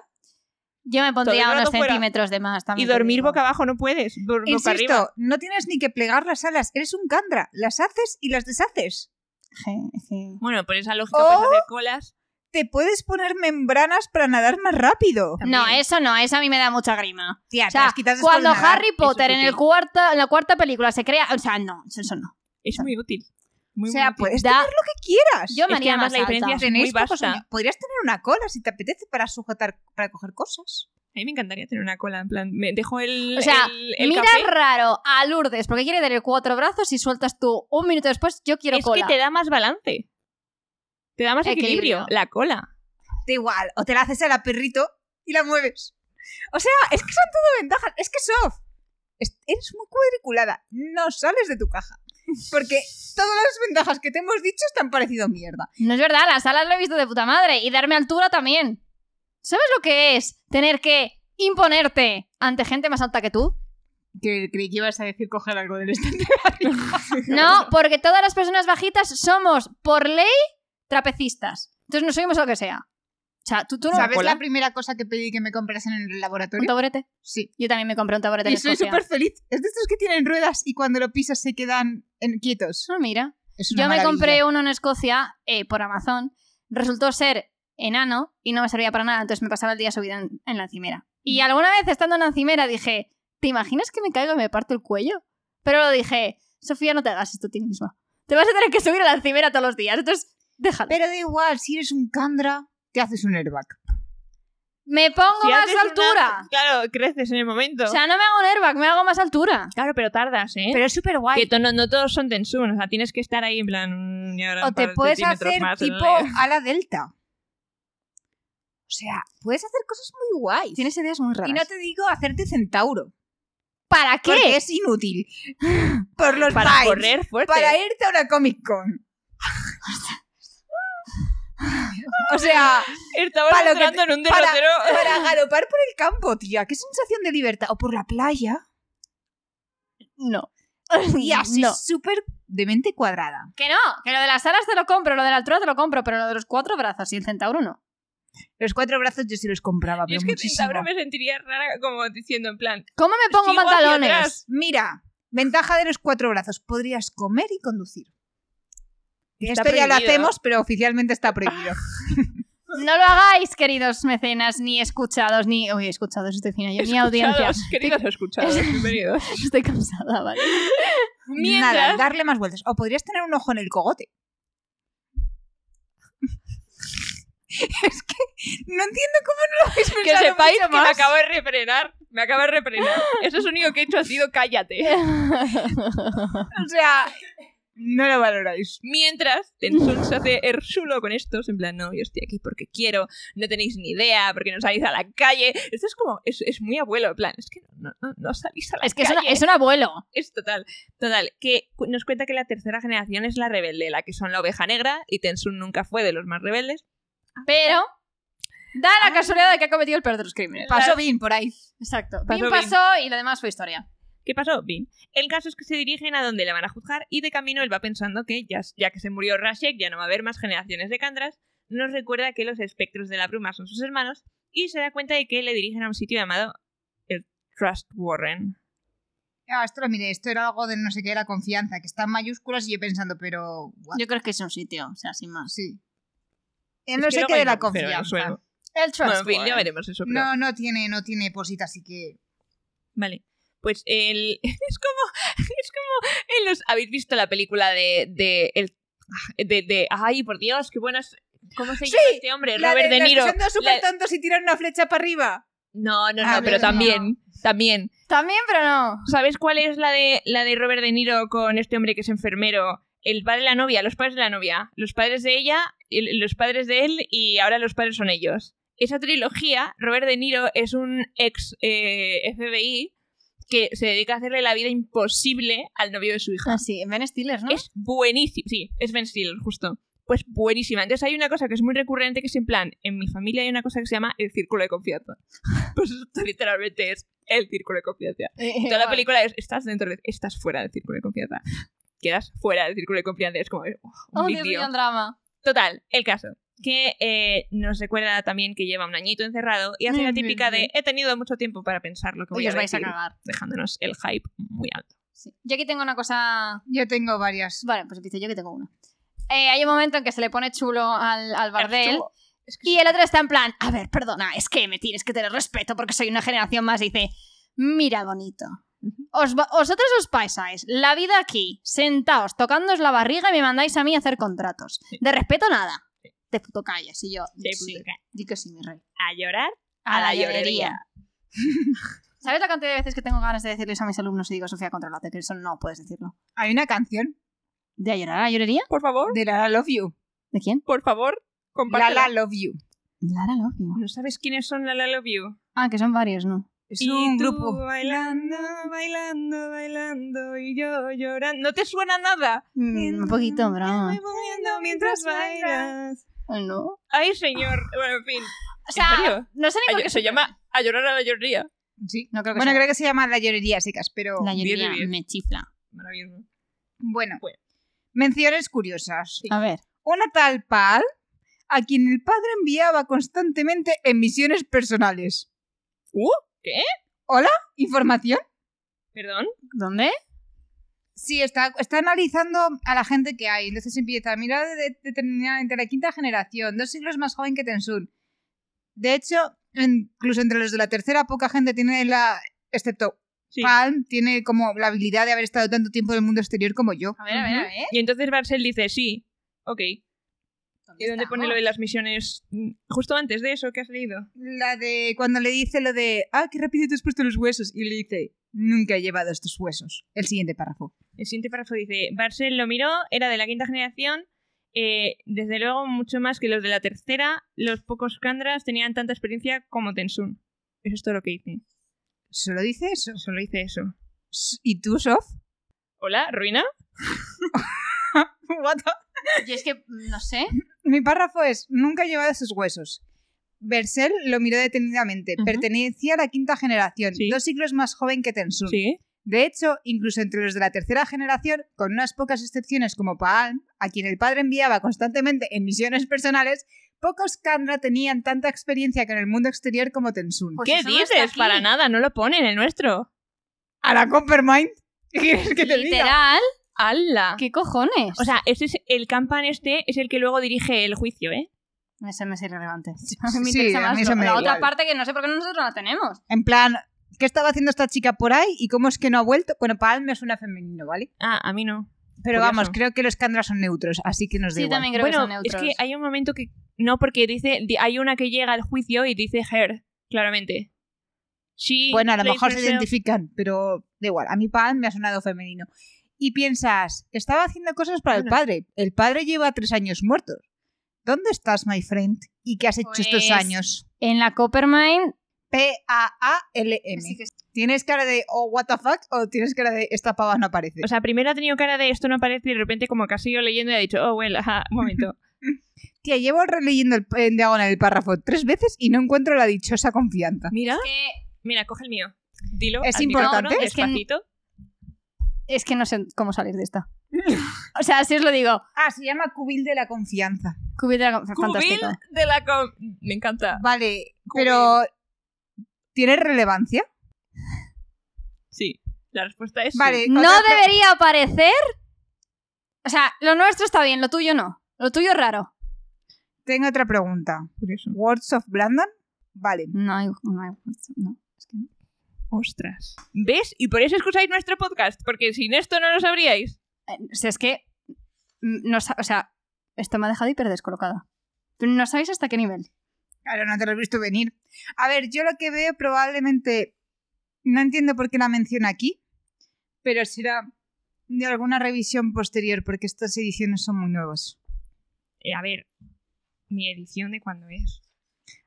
[SPEAKER 1] Yo me
[SPEAKER 3] Todo
[SPEAKER 1] pondría
[SPEAKER 3] el rato
[SPEAKER 1] unos
[SPEAKER 3] fuera.
[SPEAKER 1] centímetros de
[SPEAKER 2] Ah,
[SPEAKER 1] más
[SPEAKER 3] Y
[SPEAKER 1] también. te
[SPEAKER 3] dormir
[SPEAKER 1] digo.
[SPEAKER 3] boca abajo no puedes. dor- Boca
[SPEAKER 2] Insisto,
[SPEAKER 3] arriba.
[SPEAKER 2] no tienes ni que plegar las alas, eres un candra, las haces y las deshaces.
[SPEAKER 1] Je- je-
[SPEAKER 3] Bueno, por esa lógica
[SPEAKER 2] O-
[SPEAKER 3] puedes hacer colas.
[SPEAKER 2] te puedes poner membranas para nadar más rápido.
[SPEAKER 1] No, eso no, eso a mí me da mucha grima.
[SPEAKER 2] Tía,
[SPEAKER 1] O
[SPEAKER 2] te las
[SPEAKER 1] sea,
[SPEAKER 2] quitas después de
[SPEAKER 1] cuando
[SPEAKER 2] nadar,
[SPEAKER 1] Harry
[SPEAKER 2] eso
[SPEAKER 1] Potter
[SPEAKER 2] es
[SPEAKER 1] en, el
[SPEAKER 2] útil.
[SPEAKER 1] cuarta, en la cuarta película se crea... O sea, no, eso no.
[SPEAKER 3] Es muy útil. Muy,
[SPEAKER 2] O sea, pues,
[SPEAKER 3] muy
[SPEAKER 2] puedes
[SPEAKER 3] útil.
[SPEAKER 1] Da-
[SPEAKER 2] tener lo que quieras.
[SPEAKER 1] Yo
[SPEAKER 3] que
[SPEAKER 1] me haría
[SPEAKER 3] además
[SPEAKER 1] más
[SPEAKER 3] la
[SPEAKER 1] alta.
[SPEAKER 3] diferencia es-
[SPEAKER 2] Tenéis
[SPEAKER 3] muy
[SPEAKER 2] pocos
[SPEAKER 3] vasta.
[SPEAKER 2] años. Podrías tener una cola si te apetece para sujetar, para coger cosas.
[SPEAKER 3] A mí me encantaría tener una cola, en plan, me dejo el,
[SPEAKER 1] O sea,
[SPEAKER 3] el, el
[SPEAKER 1] Mira
[SPEAKER 3] café.
[SPEAKER 1] raro a Lourdes porque quiere tener cuatro brazos y sueltas tú un minuto después, yo quiero
[SPEAKER 3] es
[SPEAKER 1] cola.
[SPEAKER 3] que te da más balance. Te da más equilibrio,
[SPEAKER 1] Equilibrio.
[SPEAKER 3] la cola.
[SPEAKER 2] Da igual, o te la haces a la perrito y la mueves. O sea, es que son todo ventajas. Es que Sof, es- eres muy cuadriculada. No sales de tu caja. Porque todas las ventajas que te hemos dicho están parecido mierda.
[SPEAKER 1] No es verdad, las alas lo he visto de puta madre y darme altura también. ¿Sabes lo que es tener que imponerte ante gente más alta que tú?
[SPEAKER 2] Que creí que ibas a decir coger algo del estante.
[SPEAKER 1] No, porque todas las personas bajitas somos, por ley, trapecistas. Entonces no subimos lo que sea. O sea, tú, tú no...
[SPEAKER 2] ¿Sabes
[SPEAKER 3] cola?
[SPEAKER 2] la primera cosa que pedí que me comprasen en el
[SPEAKER 1] ¿Un
[SPEAKER 2] laboratorio?
[SPEAKER 1] taburete?
[SPEAKER 2] Sí.
[SPEAKER 1] Yo también me compré un taburete en
[SPEAKER 2] Y soy
[SPEAKER 1] Escocia.
[SPEAKER 2] súper feliz. Es de estos que tienen ruedas y cuando lo pisas se quedan en- quietos.
[SPEAKER 1] Ah, mira.
[SPEAKER 2] Es
[SPEAKER 1] Yo
[SPEAKER 2] una
[SPEAKER 1] me
[SPEAKER 2] maravilla.
[SPEAKER 1] compré uno en Escocia eh, por Amazon. Resultó ser enano y no me servía para nada, entonces me pasaba el día subida en, en la encimera.
[SPEAKER 2] Mm.
[SPEAKER 1] Y alguna vez estando en la encimera dije, ¿te imaginas que me caigo y me parto el cuello? Pero lo dije, Sofía, no te hagas esto a ti misma. Te vas a tener que subir a la encimera todos los días, entonces déjalo.
[SPEAKER 2] Pero da igual, si eres un Candra, te haces un airbag.
[SPEAKER 1] ¿Eh? Me pongo
[SPEAKER 3] Si
[SPEAKER 1] más
[SPEAKER 3] haces una-
[SPEAKER 1] altura.
[SPEAKER 3] Claro, creces en el momento.
[SPEAKER 1] O sea, no me hago un airbag, me hago más altura.
[SPEAKER 3] claro, pero tardas, ¿eh?
[SPEAKER 2] Pero es súper
[SPEAKER 3] que
[SPEAKER 2] guay.
[SPEAKER 3] to- no, no todos son tensun, o sea, tienes que estar ahí en plan... mm, y ahora
[SPEAKER 2] O
[SPEAKER 3] un
[SPEAKER 2] te
[SPEAKER 3] par de
[SPEAKER 2] puedes
[SPEAKER 3] centímetros
[SPEAKER 2] hacer
[SPEAKER 3] más,
[SPEAKER 2] tipo
[SPEAKER 3] ¿no?
[SPEAKER 2] ala delta. O sea, puedes hacer cosas muy guays.
[SPEAKER 1] Tienes ideas muy raras.
[SPEAKER 2] Y no te digo hacerte centauro.
[SPEAKER 1] ¿Para qué?
[SPEAKER 2] Porque es inútil. Por los
[SPEAKER 3] Para
[SPEAKER 2] vibes.
[SPEAKER 3] correr fuerte.
[SPEAKER 2] Para irte a una Comic Con. o sea,
[SPEAKER 3] Estamos
[SPEAKER 2] para lo que
[SPEAKER 3] entrando en un
[SPEAKER 2] para-
[SPEAKER 3] derrotero.
[SPEAKER 2] para galopar por el campo, tía. Qué sensación de libertad. O por la playa.
[SPEAKER 1] No.
[SPEAKER 3] Pues
[SPEAKER 2] Y así
[SPEAKER 1] No.
[SPEAKER 2] súper de mente cuadrada.
[SPEAKER 1] Que no, que lo de las alas te lo compro, lo de la altura te lo compro, pero lo de los cuatro brazos y el centauro no.
[SPEAKER 2] Los cuatro brazos yo sí los compraba,
[SPEAKER 3] Yo
[SPEAKER 2] pero
[SPEAKER 3] es que
[SPEAKER 2] muchísimo.
[SPEAKER 3] Centauro me sentiría rara como diciendo en plan...
[SPEAKER 1] ¿Cómo me pongo
[SPEAKER 3] Sigo hacia
[SPEAKER 1] pantalones?
[SPEAKER 3] atrás.
[SPEAKER 2] Mira, ventaja de los cuatro brazos. Podrías comer y conducir.
[SPEAKER 3] Está
[SPEAKER 2] Esto ya lo
[SPEAKER 3] prohibido.
[SPEAKER 2] hacemos, pero oficialmente está prohibido.
[SPEAKER 1] No lo hagáis, queridos mecenas, ni escuchados, ni. Uy, escuchados, estoy fina yo, ni audiencia.
[SPEAKER 3] Escuchados, Queridos escuchados, bienvenidos.
[SPEAKER 1] Estoy cansada, ¿vale?
[SPEAKER 3] Mientras-
[SPEAKER 2] Nada, darle más vueltas. O podrías tener un ojo en el cogote. es que no entiendo cómo no lo habéis
[SPEAKER 3] Que
[SPEAKER 2] pensado
[SPEAKER 3] sepáis
[SPEAKER 2] mucho
[SPEAKER 3] que me
[SPEAKER 2] más.
[SPEAKER 3] acabo de refrenar. Me acabo de refrenar. Eso es lo único que he hecho ha sido cállate.
[SPEAKER 2] O sea, no lo valoráis.
[SPEAKER 3] Mientras Tensun se hace erzulo er con estos, en plan, no, yo estoy aquí porque quiero, no tenéis ni idea, porque no salís a la calle. Esto es como, es, es muy abuelo, en plan, es que no, no, no salís a la
[SPEAKER 1] Es que es,
[SPEAKER 3] calle.
[SPEAKER 1] una- es un abuelo.
[SPEAKER 3] Es total, total. Que cu- nos cuenta que la tercera generación es la rebelde, la que son la oveja negra, y Tensun nunca fue de los más rebeldes.
[SPEAKER 1] Pero. Da la casualidad de que ha cometido el peor de los crímenes.
[SPEAKER 2] Pasó bien por ahí.
[SPEAKER 1] Exacto.
[SPEAKER 3] Pasó
[SPEAKER 1] Bien
[SPEAKER 3] Bin.
[SPEAKER 1] pasó y lo demás fue historia.
[SPEAKER 3] ¿Qué pasó? Bien. El caso es que se dirigen a donde le van a juzgar y de camino él va pensando que ya, ya que se murió Rashek ya no va a haber más generaciones de Kandras. Nos recuerda que los espectros de la bruma son sus hermanos y se da cuenta de que le dirigen a un sitio llamado el Trust Warren.
[SPEAKER 2] Ah, esto lo miré, esto era algo de no sé qué, la confianza, que está en mayúsculas y yo pensando, pero... what?
[SPEAKER 1] Yo creo que es un sitio, o sea, sin más.
[SPEAKER 2] Sí. El
[SPEAKER 3] Es
[SPEAKER 2] no
[SPEAKER 3] que
[SPEAKER 2] sé
[SPEAKER 3] luego
[SPEAKER 2] qué de
[SPEAKER 3] hay
[SPEAKER 2] la
[SPEAKER 3] nombre, pero no
[SPEAKER 2] confianza.
[SPEAKER 3] suena.
[SPEAKER 1] El Trust.
[SPEAKER 3] Bueno, en fin, ya
[SPEAKER 1] Wallet.
[SPEAKER 3] veremos eso. pero-
[SPEAKER 2] eh. No, no tiene, no tiene posita, así que.
[SPEAKER 3] Vale. Pues el... es como. Es como. En los... ¿Habéis visto la película de. de, el... ah, de, de- Ay, por Dios, qué buenas. ¿Cómo se llama este hombre? Robert De Niro.
[SPEAKER 2] Los que son dos
[SPEAKER 3] La-
[SPEAKER 2] súper tontos y tiran una flecha para arriba.
[SPEAKER 3] No, no, no,
[SPEAKER 2] Ah,
[SPEAKER 3] pero
[SPEAKER 2] no.
[SPEAKER 3] también. También.
[SPEAKER 1] También, pero no.
[SPEAKER 3] ¿Sabes cuál es la de la de Robert De Niro con este hombre que es enfermero? El padre de la novia, los padres de la novia, los padres de ella, el- los padres de él y ahora los padres son ellos. Esa trilogía, Robert De Niro es un ex eh, FBI que se dedica a hacerle la vida imposible al novio de su hija.
[SPEAKER 1] Así, Ah, Ben Stiller, ¿no?
[SPEAKER 3] Es buenísimo. Sí, es Ben Stiller, justo. Pues buenísima. Entonces hay una cosa que es muy recurrente que es en plan, en mi familia hay una cosa que se llama el círculo de confianza. Pues esto literalmente es el círculo de confianza.
[SPEAKER 1] Eh,
[SPEAKER 3] Toda la película es, estás dentro de, estás fuera del círculo de confianza. Quedas fuera del círculo de confianza. Es como, oh, un
[SPEAKER 1] Oh, Dios
[SPEAKER 3] alivio.
[SPEAKER 1] mío, un drama.
[SPEAKER 3] Total, el caso. Que eh, nos recuerda también que lleva un añito encerrado y hace la
[SPEAKER 1] Mm,
[SPEAKER 3] típica
[SPEAKER 1] mm,
[SPEAKER 3] de he tenido mucho tiempo para pensar lo que voy
[SPEAKER 1] Hoy os
[SPEAKER 3] a
[SPEAKER 1] vais a
[SPEAKER 3] decir,
[SPEAKER 1] cagar.
[SPEAKER 3] dejándonos el hype muy alto.
[SPEAKER 1] Sí. Yo aquí tengo una cosa.
[SPEAKER 2] Yo tengo varias.
[SPEAKER 1] Vale, pues empiezo yo que tengo una. Eh, hay un momento en que se le pone chulo al, al Bardel.
[SPEAKER 3] Estuvo- Es que
[SPEAKER 1] Y el otro está en plan, a ver, perdona, es que me tienes que tener respeto porque soy una generación más. Y dice, mira bonito. Os va- vosotros os pasáis la vida aquí, sentaos, tocándoos la barriga y me mandáis a mí a hacer contratos. De respeto nada. De puto calles. Y yo,
[SPEAKER 3] De
[SPEAKER 1] sí,
[SPEAKER 3] puto ca-
[SPEAKER 1] di que sí, mi rey.
[SPEAKER 3] A llorar.
[SPEAKER 1] A, la llorería. ¿Sabes la cantidad de veces que tengo ganas de decirles a mis alumnos y digo, Sofía, controlate, que eso no puedes decirlo?
[SPEAKER 2] Hay una canción
[SPEAKER 1] ¿De a llorar a la llorería?
[SPEAKER 3] Por favor,
[SPEAKER 2] de La La Love You.
[SPEAKER 1] ¿De quién?
[SPEAKER 3] por favor,
[SPEAKER 2] La
[SPEAKER 3] compártela.
[SPEAKER 2] La Love You.
[SPEAKER 1] Lara Lofio.
[SPEAKER 3] ¿No sabes quiénes son la La Love You?
[SPEAKER 1] Ah, que son varios, ¿no?
[SPEAKER 2] Es
[SPEAKER 3] Y
[SPEAKER 2] un
[SPEAKER 3] tú
[SPEAKER 2] grupo.
[SPEAKER 3] Bailando, bailando, bailando y yo llorando. ¿No te suena nada?
[SPEAKER 1] Mm, un poquito,
[SPEAKER 3] Me
[SPEAKER 1] pero...
[SPEAKER 3] voy
[SPEAKER 1] vamos.
[SPEAKER 3] moviendo mientras bailas.
[SPEAKER 1] Ay, No.
[SPEAKER 3] Ay, señor. Bueno, en fin.
[SPEAKER 1] O sea,
[SPEAKER 3] serio?
[SPEAKER 1] no sé ni por qué
[SPEAKER 3] se llama A llorar a la llorería.
[SPEAKER 2] Sí.
[SPEAKER 1] No creo que
[SPEAKER 2] Bueno,
[SPEAKER 1] sea.
[SPEAKER 2] creo que se llama La Llorería Secas, pero
[SPEAKER 1] La
[SPEAKER 3] diez de
[SPEAKER 1] llorería
[SPEAKER 3] diez.
[SPEAKER 1] me chifla.
[SPEAKER 3] Maravilloso.
[SPEAKER 2] bueno.
[SPEAKER 3] Bueno.
[SPEAKER 2] Menciones curiosas.
[SPEAKER 1] A ver.
[SPEAKER 2] Una tal Pal, a quien el padre enviaba constantemente en misiones personales.
[SPEAKER 3] ¿Uh? ¿Qué?
[SPEAKER 2] ¿Hola? ¿Información?
[SPEAKER 3] ¿Perdón?
[SPEAKER 1] ¿Dónde?
[SPEAKER 2] Sí, está, está analizando a la gente que hay. Entonces empieza, mira, de, de- determinada- entre la quinta generación, dos siglos más joven que Tensun. De hecho, incluso entre los de la tercera, poca gente tiene la... Excepto
[SPEAKER 3] Sí.
[SPEAKER 2] Palm, tiene como la habilidad de haber estado tanto tiempo en el mundo exterior como yo.
[SPEAKER 1] A ver, a ver, a
[SPEAKER 3] Ujú.
[SPEAKER 1] ver.
[SPEAKER 3] Y entonces Barcel dice, sí, ok. ¿Y dónde pone lo de las misiones? Mm, Justo antes de eso que has leído.
[SPEAKER 2] La de cuando le dice lo de, ah, qué rápido te has puesto los huesos. Y le dice, nunca he llevado estos huesos. El siguiente párrafo.
[SPEAKER 3] El siguiente párrafo dice, Barcel lo miró, era de la quinta generación, eh, desde luego mucho más que los de la tercera, los pocos Kandras tenían tanta experiencia como Tensun. Eso es todo lo que dice.
[SPEAKER 2] ¿Solo dice eso?
[SPEAKER 3] Solo dice eso.
[SPEAKER 2] S- ¿Y tú, Sof?
[SPEAKER 3] Hola, ruina.
[SPEAKER 2] What the-
[SPEAKER 1] Yo es que no sé.
[SPEAKER 2] Mi párrafo es, nunca he llevado esos huesos. Bersel lo miró detenidamente.
[SPEAKER 3] Ujú.
[SPEAKER 2] Pertenecía a la quinta generación,
[SPEAKER 3] Sí.
[SPEAKER 2] dos siglos más joven que Tensun.
[SPEAKER 3] Sí.
[SPEAKER 2] De hecho, incluso entre los de la tercera generación, con unas pocas excepciones como Paalm, a quien el padre enviaba constantemente en misiones personales, pocos Kandra tenían tanta experiencia con el mundo exterior como Tensun.
[SPEAKER 1] Pues
[SPEAKER 3] ¿Qué
[SPEAKER 1] eso no está
[SPEAKER 3] dices?
[SPEAKER 1] aquí.
[SPEAKER 3] Para nada, no lo pone en el nuestro.
[SPEAKER 2] ¿A la Coppermine? ¿Qué quieres que te diga?
[SPEAKER 1] Literal.
[SPEAKER 3] ¡Hala!
[SPEAKER 1] ¿Qué cojones?
[SPEAKER 3] O sea, este es el campan este es el que luego dirige el juicio, ¿eh?
[SPEAKER 1] eso me es irrelevante. A mí me
[SPEAKER 2] sí,
[SPEAKER 1] interesa
[SPEAKER 2] a
[SPEAKER 1] más
[SPEAKER 2] mí eso
[SPEAKER 1] lo-
[SPEAKER 2] me
[SPEAKER 1] la
[SPEAKER 2] da
[SPEAKER 1] otra
[SPEAKER 2] igual.
[SPEAKER 1] parte que no sé por qué nosotros la tenemos.
[SPEAKER 2] En plan, ¿qué estaba haciendo esta chica por ahí y cómo es que no ha vuelto? Bueno, Paalm es una femenino, ¿vale?
[SPEAKER 3] Ah, a mí no.
[SPEAKER 2] Pero
[SPEAKER 3] Curioso.
[SPEAKER 2] vamos, creo que los Kandra son neutros, así que nos da
[SPEAKER 1] Sí,
[SPEAKER 2] igual.
[SPEAKER 1] también creo que
[SPEAKER 3] bueno,
[SPEAKER 1] son
[SPEAKER 3] es
[SPEAKER 1] neutros.
[SPEAKER 3] que hay un momento que no porque dice di- hay una que llega al juicio y dice her, claramente. She
[SPEAKER 2] Bueno, a lo
[SPEAKER 3] plays
[SPEAKER 2] mejor se
[SPEAKER 3] herself-
[SPEAKER 2] identifican, pero da igual. A mi pan me ha sonado femenino. Y piensas, estaba haciendo cosas para el
[SPEAKER 3] Bueno.
[SPEAKER 2] padre. El padre lleva tres años muerto. ¿Dónde estás, my friend? ¿Y qué has hecho estos
[SPEAKER 1] Pues-
[SPEAKER 2] años?
[SPEAKER 1] En la Coppermine.
[SPEAKER 2] P-A-A-L-M.
[SPEAKER 1] Así que-
[SPEAKER 2] ¿Tienes cara de, oh, what the fuck? ¿O tienes cara de, esta pava no aparece?
[SPEAKER 3] O sea, primero ha tenido cara de esto no aparece y de repente como que ha seguido leyendo y ha dicho, oh, well, ajá, un momento.
[SPEAKER 2] Tía, llevo releyendo el- en diagonal el párrafo tres veces y no encuentro la dichosa confianza.
[SPEAKER 3] Mira,
[SPEAKER 1] que-
[SPEAKER 3] mira, coge el mío. Dilo.
[SPEAKER 2] Es
[SPEAKER 3] al
[SPEAKER 2] importante,
[SPEAKER 3] micrófono,
[SPEAKER 1] es que-
[SPEAKER 3] despacito.
[SPEAKER 1] Es que no sé cómo salir de esta. O sea, si os lo digo.
[SPEAKER 2] Ah, se llama cubil de la confianza.
[SPEAKER 1] Cubil de la-
[SPEAKER 3] Cubil
[SPEAKER 1] Fantástico.
[SPEAKER 3] de la com- Me encanta.
[SPEAKER 2] Vale,
[SPEAKER 3] Cubil.
[SPEAKER 2] pero... ¿Tiene relevancia?
[SPEAKER 3] Sí. La respuesta es sí.
[SPEAKER 2] Vale.
[SPEAKER 1] No
[SPEAKER 2] otra pre-
[SPEAKER 1] debería aparecer. O sea, lo nuestro está bien, lo tuyo no. Lo tuyo es raro.
[SPEAKER 2] Tengo otra pregunta.
[SPEAKER 3] Curioso.
[SPEAKER 2] Words of Brandon. Vale.
[SPEAKER 1] No hay. No hay no. Es que no.
[SPEAKER 3] Ostras. ¿Ves? Y por eso escucháis nuestro podcast, porque sin esto no lo sabríais.
[SPEAKER 1] Eh, O sea, es que. mm, No, sa- o sea, esto me ha dejado hiper descolocada. Pero no sabéis hasta qué nivel.
[SPEAKER 2] Claro, no te lo has visto venir. A ver, yo lo que veo probablemente. No entiendo por qué la menciona aquí, pero será de alguna revisión posterior, porque estas ediciones son muy nuevas.
[SPEAKER 3] Eh, a ver, mi edición de cuándo es.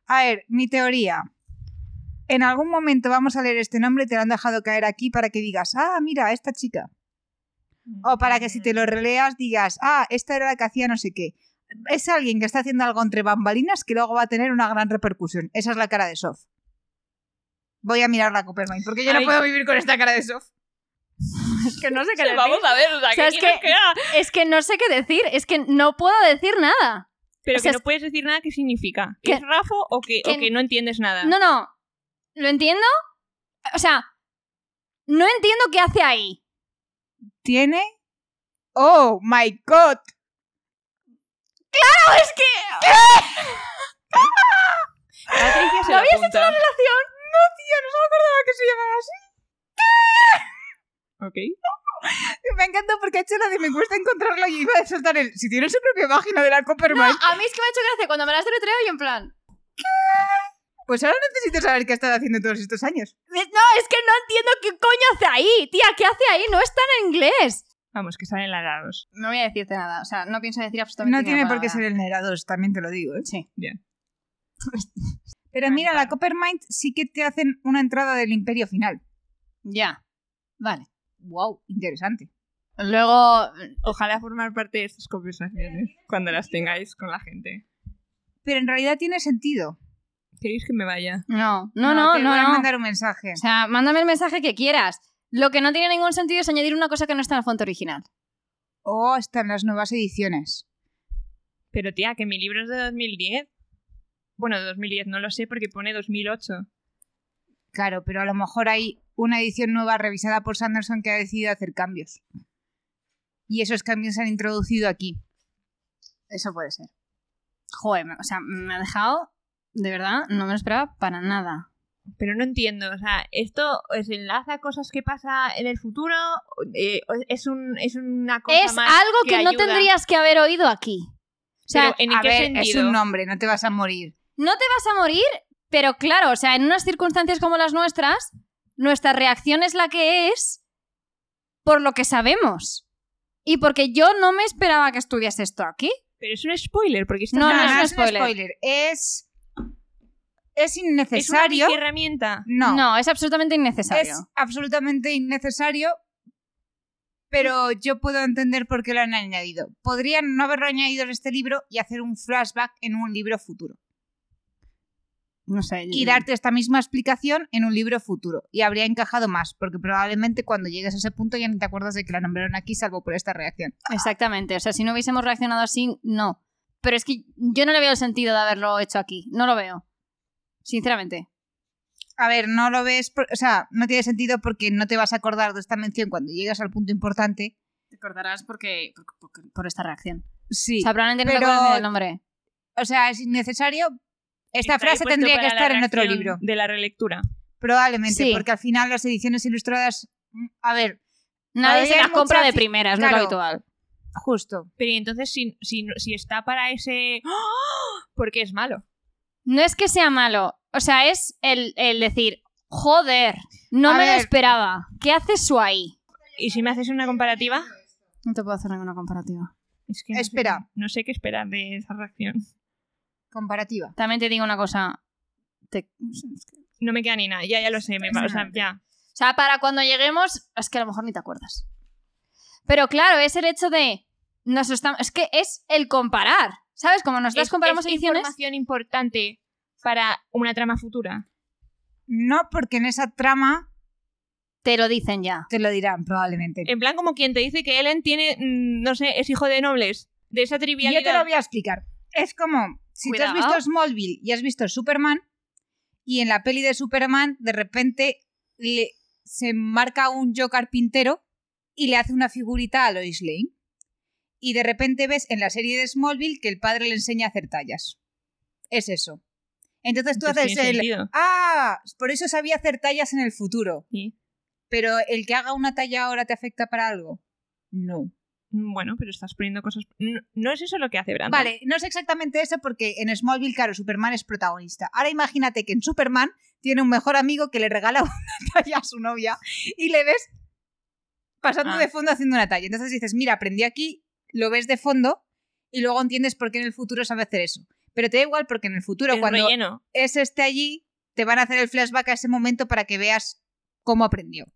[SPEAKER 2] A ver, mi teoría. En algún momento vamos a leer este nombre, te lo han dejado caer aquí para que digas, ah, mira, esta chica. O para que si te lo releas digas, ah, esta era la que hacía no sé qué. Es alguien que está haciendo algo entre bambalinas que luego va a tener una gran repercusión. Esa es la cara de Sof. Voy a mirar la Coppermine, porque yo no
[SPEAKER 3] Ay.
[SPEAKER 2] puedo vivir con esta cara de Sof.
[SPEAKER 1] Es que no sé
[SPEAKER 3] Sí, Vamos a ver, o sea,
[SPEAKER 1] O sea,
[SPEAKER 3] ¿qué
[SPEAKER 1] es
[SPEAKER 3] quieres
[SPEAKER 1] que-
[SPEAKER 3] que haga?
[SPEAKER 1] Es que no sé qué decir. Es que no puedo decir nada.
[SPEAKER 3] Pero
[SPEAKER 1] o sea,
[SPEAKER 3] que no
[SPEAKER 1] es-
[SPEAKER 3] puedes decir nada que significa. ¿Que
[SPEAKER 1] que-
[SPEAKER 3] es Rafo o que, o
[SPEAKER 1] que-
[SPEAKER 3] que no entiendes
[SPEAKER 2] Ah.
[SPEAKER 3] nada?
[SPEAKER 1] No, no. ¿Lo entiendo? O sea, no entiendo qué hace ahí.
[SPEAKER 2] Tiene. ¡Oh, my god!
[SPEAKER 1] ¡No, es que!
[SPEAKER 3] Patricia se
[SPEAKER 1] ¿Lo
[SPEAKER 3] lo
[SPEAKER 1] habías
[SPEAKER 3] apunta.
[SPEAKER 2] No, tío, no se me acordaba que se llamaba así.
[SPEAKER 3] Ok.
[SPEAKER 2] Me encanta porque ha hecho la de me cuesta encontrarla y iba a soltar el. Si tiene su propia página de la Coppermine.
[SPEAKER 1] A mí es que me ha hecho gracia cuando me las deletreo y en plan.
[SPEAKER 2] Pues ahora necesito saber qué ha estado haciendo todos estos años.
[SPEAKER 1] "Eh, No, es que no entiendo qué coño hace ahí, tía, ¿qué hace ahí? No está en inglés.
[SPEAKER 3] Vamos, que salen lagados.
[SPEAKER 1] No voy a decirte nada, o sea, no pienso decir absolutamente
[SPEAKER 2] No tiene
[SPEAKER 1] ninguna
[SPEAKER 2] por qué ser
[SPEAKER 1] palabra.
[SPEAKER 2] el Nera 2, también te lo digo. ¿eh?
[SPEAKER 1] Sí.
[SPEAKER 2] Pero mira, la Coppermine sí que te hacen una entrada del Imperio Final.
[SPEAKER 1] Ya. Vale.
[SPEAKER 2] ¡Wow! Interesante.
[SPEAKER 1] Luego.
[SPEAKER 3] Ojalá formar parte de estas conversaciones cuando las tengáis con la gente.
[SPEAKER 2] Pero en realidad tiene sentido.
[SPEAKER 3] ¿Queréis que me vaya?
[SPEAKER 1] No, no, no, no.
[SPEAKER 2] te voy a
[SPEAKER 1] no.
[SPEAKER 2] mandar un mensaje.
[SPEAKER 1] O sea, mándame el mensaje que quieras. Lo que no tiene ningún sentido es añadir una cosa que no está en la fuente original.
[SPEAKER 2] Oh, están las nuevas ediciones.
[SPEAKER 3] Pero tía, que mi libro es de 2010. Bueno, de 2010 no lo sé porque pone 2008.
[SPEAKER 2] Claro, pero a lo mejor hay una edición nueva revisada por Sanderson que ha decidido hacer cambios. Y esos cambios se han introducido aquí.
[SPEAKER 1] Eso puede ser. Joder, me- o sea, me ha dejado. De verdad, no me lo esperaba para nada.
[SPEAKER 3] Pero no entiendo, o sea, ¿esto os enlaza a cosas que pasa en el futuro? Eh, ¿es, un, ¿Es una cosa
[SPEAKER 1] es
[SPEAKER 3] más
[SPEAKER 1] algo que, no
[SPEAKER 3] ayuda?
[SPEAKER 1] tendrías que haber oído aquí. O sea,
[SPEAKER 3] Pero, ¿en
[SPEAKER 2] a
[SPEAKER 3] qué
[SPEAKER 2] ver, es
[SPEAKER 3] sentido?
[SPEAKER 2] un nombre, no te vas a morir.
[SPEAKER 1] no te vas a morir, pero claro, o sea, en unas circunstancias como las nuestras, nuestra reacción es la que es por lo que sabemos. Y porque yo no me esperaba que estudiase esto aquí.
[SPEAKER 3] Pero es un spoiler, porque esto
[SPEAKER 1] No,
[SPEAKER 3] es
[SPEAKER 1] no,
[SPEAKER 3] una-
[SPEAKER 1] es un
[SPEAKER 2] es
[SPEAKER 1] spoiler.
[SPEAKER 2] Es, es
[SPEAKER 3] es una
[SPEAKER 2] innecesario.
[SPEAKER 3] herramienta.
[SPEAKER 2] no,
[SPEAKER 1] es absolutamente innecesario.
[SPEAKER 2] es absolutamente innecesario. Pero yo puedo entender por qué lo han añadido. Podrían no haberlo añadido en este libro y hacer un flashback en un libro futuro.
[SPEAKER 1] No sé.
[SPEAKER 2] y darte esta misma explicación en un libro futuro. Y habría encajado más, porque probablemente cuando llegues a ese punto ya ni te acuerdas de que la nombraron aquí, salvo por esta reacción.
[SPEAKER 1] Exactamente. O sea, si no hubiésemos reaccionado así, no. Pero es que yo no le veo el sentido de haberlo hecho aquí. No lo veo. Sinceramente.
[SPEAKER 2] A ver, no lo ves, por- o sea, no tiene sentido porque no te vas a acordar de esta mención cuando llegas al punto importante.
[SPEAKER 1] Te acordarás porque, por esta reacción.
[SPEAKER 2] Sí.
[SPEAKER 1] O sea, probablemente no te
[SPEAKER 2] Pero-
[SPEAKER 1] acuerdas ni del nombre.
[SPEAKER 2] O sea, es innecesario. Esta
[SPEAKER 3] Está ahí
[SPEAKER 2] frase
[SPEAKER 3] puesto
[SPEAKER 2] tendría que
[SPEAKER 3] para la
[SPEAKER 2] estar en otro
[SPEAKER 3] reacción
[SPEAKER 2] libro.
[SPEAKER 3] De la relectura.
[SPEAKER 2] Probablemente,
[SPEAKER 1] Sí.
[SPEAKER 2] porque al final las ediciones ilustradas. mm, A ver,
[SPEAKER 1] Nadie
[SPEAKER 2] Todavía
[SPEAKER 1] se
[SPEAKER 2] hay
[SPEAKER 1] las compra
[SPEAKER 2] mucha
[SPEAKER 1] de
[SPEAKER 2] afi-
[SPEAKER 1] primeras, no es
[SPEAKER 2] Claro.
[SPEAKER 1] lo habitual.
[SPEAKER 2] justo.
[SPEAKER 3] Pero ¿y entonces, si, si, si está para ese. ¡Ah! ¿Por qué es malo?
[SPEAKER 1] No es que sea malo. O sea, es el, el decir, joder, no
[SPEAKER 2] A
[SPEAKER 1] me lo
[SPEAKER 2] ver.
[SPEAKER 1] esperaba. ¿Qué haces tú ahí?
[SPEAKER 3] ¿Y si me haces una comparativa?
[SPEAKER 1] No te puedo hacer ninguna comparativa.
[SPEAKER 3] Es que no
[SPEAKER 2] Espera.
[SPEAKER 3] Sé, no sé qué esperar de esa reacción.
[SPEAKER 2] Comparativa.
[SPEAKER 1] También te digo una cosa. te-
[SPEAKER 3] No me queda ni nada. Ya, ya lo sé. me pa- o sea, ya.
[SPEAKER 1] O sea, para cuando lleguemos, es que a lo mejor ni te acuerdas. Pero claro, es el hecho de. Nos estamos, es que es el comparar. ¿Sabes? Como nosotras
[SPEAKER 3] Es-
[SPEAKER 1] comparamos
[SPEAKER 3] es
[SPEAKER 1] ediciones.
[SPEAKER 3] información importante para una trama futura.
[SPEAKER 2] No, porque en esa trama
[SPEAKER 1] Te lo dicen ya.
[SPEAKER 2] te lo dirán, probablemente.
[SPEAKER 3] En plan, como quien te dice que Ellen tiene, mm, no sé, es hijo de nobles. De esa trivialidad.
[SPEAKER 2] Yo te lo voy a explicar. Es como si tú has
[SPEAKER 1] Cuidado.
[SPEAKER 2] visto Smallville y has visto Superman, y en la peli de Superman de repente le- se marca un yo carpintero y le hace una figurita a Lois Lane. Y de repente ves en la serie de Smallville que el padre le enseña a hacer tallas. Es eso. Entonces tú
[SPEAKER 3] Entonces
[SPEAKER 2] haces
[SPEAKER 3] tiene
[SPEAKER 2] el...
[SPEAKER 3] sentido.
[SPEAKER 2] Ah, por eso sabía hacer tallas en el futuro.
[SPEAKER 3] Sí.
[SPEAKER 2] Pero el que haga una talla ahora te afecta para algo. No.
[SPEAKER 3] Mm, Bueno, pero estás poniendo cosas. No, no es eso lo que hace Brandon.
[SPEAKER 2] Vale, no es exactamente eso porque en Smallville, claro, Superman es protagonista. Ahora imagínate que en Superman tiene un mejor amigo que le regala una talla a su novia y le ves pasando
[SPEAKER 3] Ah.
[SPEAKER 2] de fondo haciendo una talla. Entonces dices, mira, aprendí aquí, lo ves de fondo y luego entiendes por qué en el futuro sabe hacer eso. Pero te da igual porque en el futuro,
[SPEAKER 3] Es
[SPEAKER 2] cuando
[SPEAKER 3] relleno.
[SPEAKER 2] es esté allí, te van a hacer el flashback a ese momento para que veas cómo aprendió.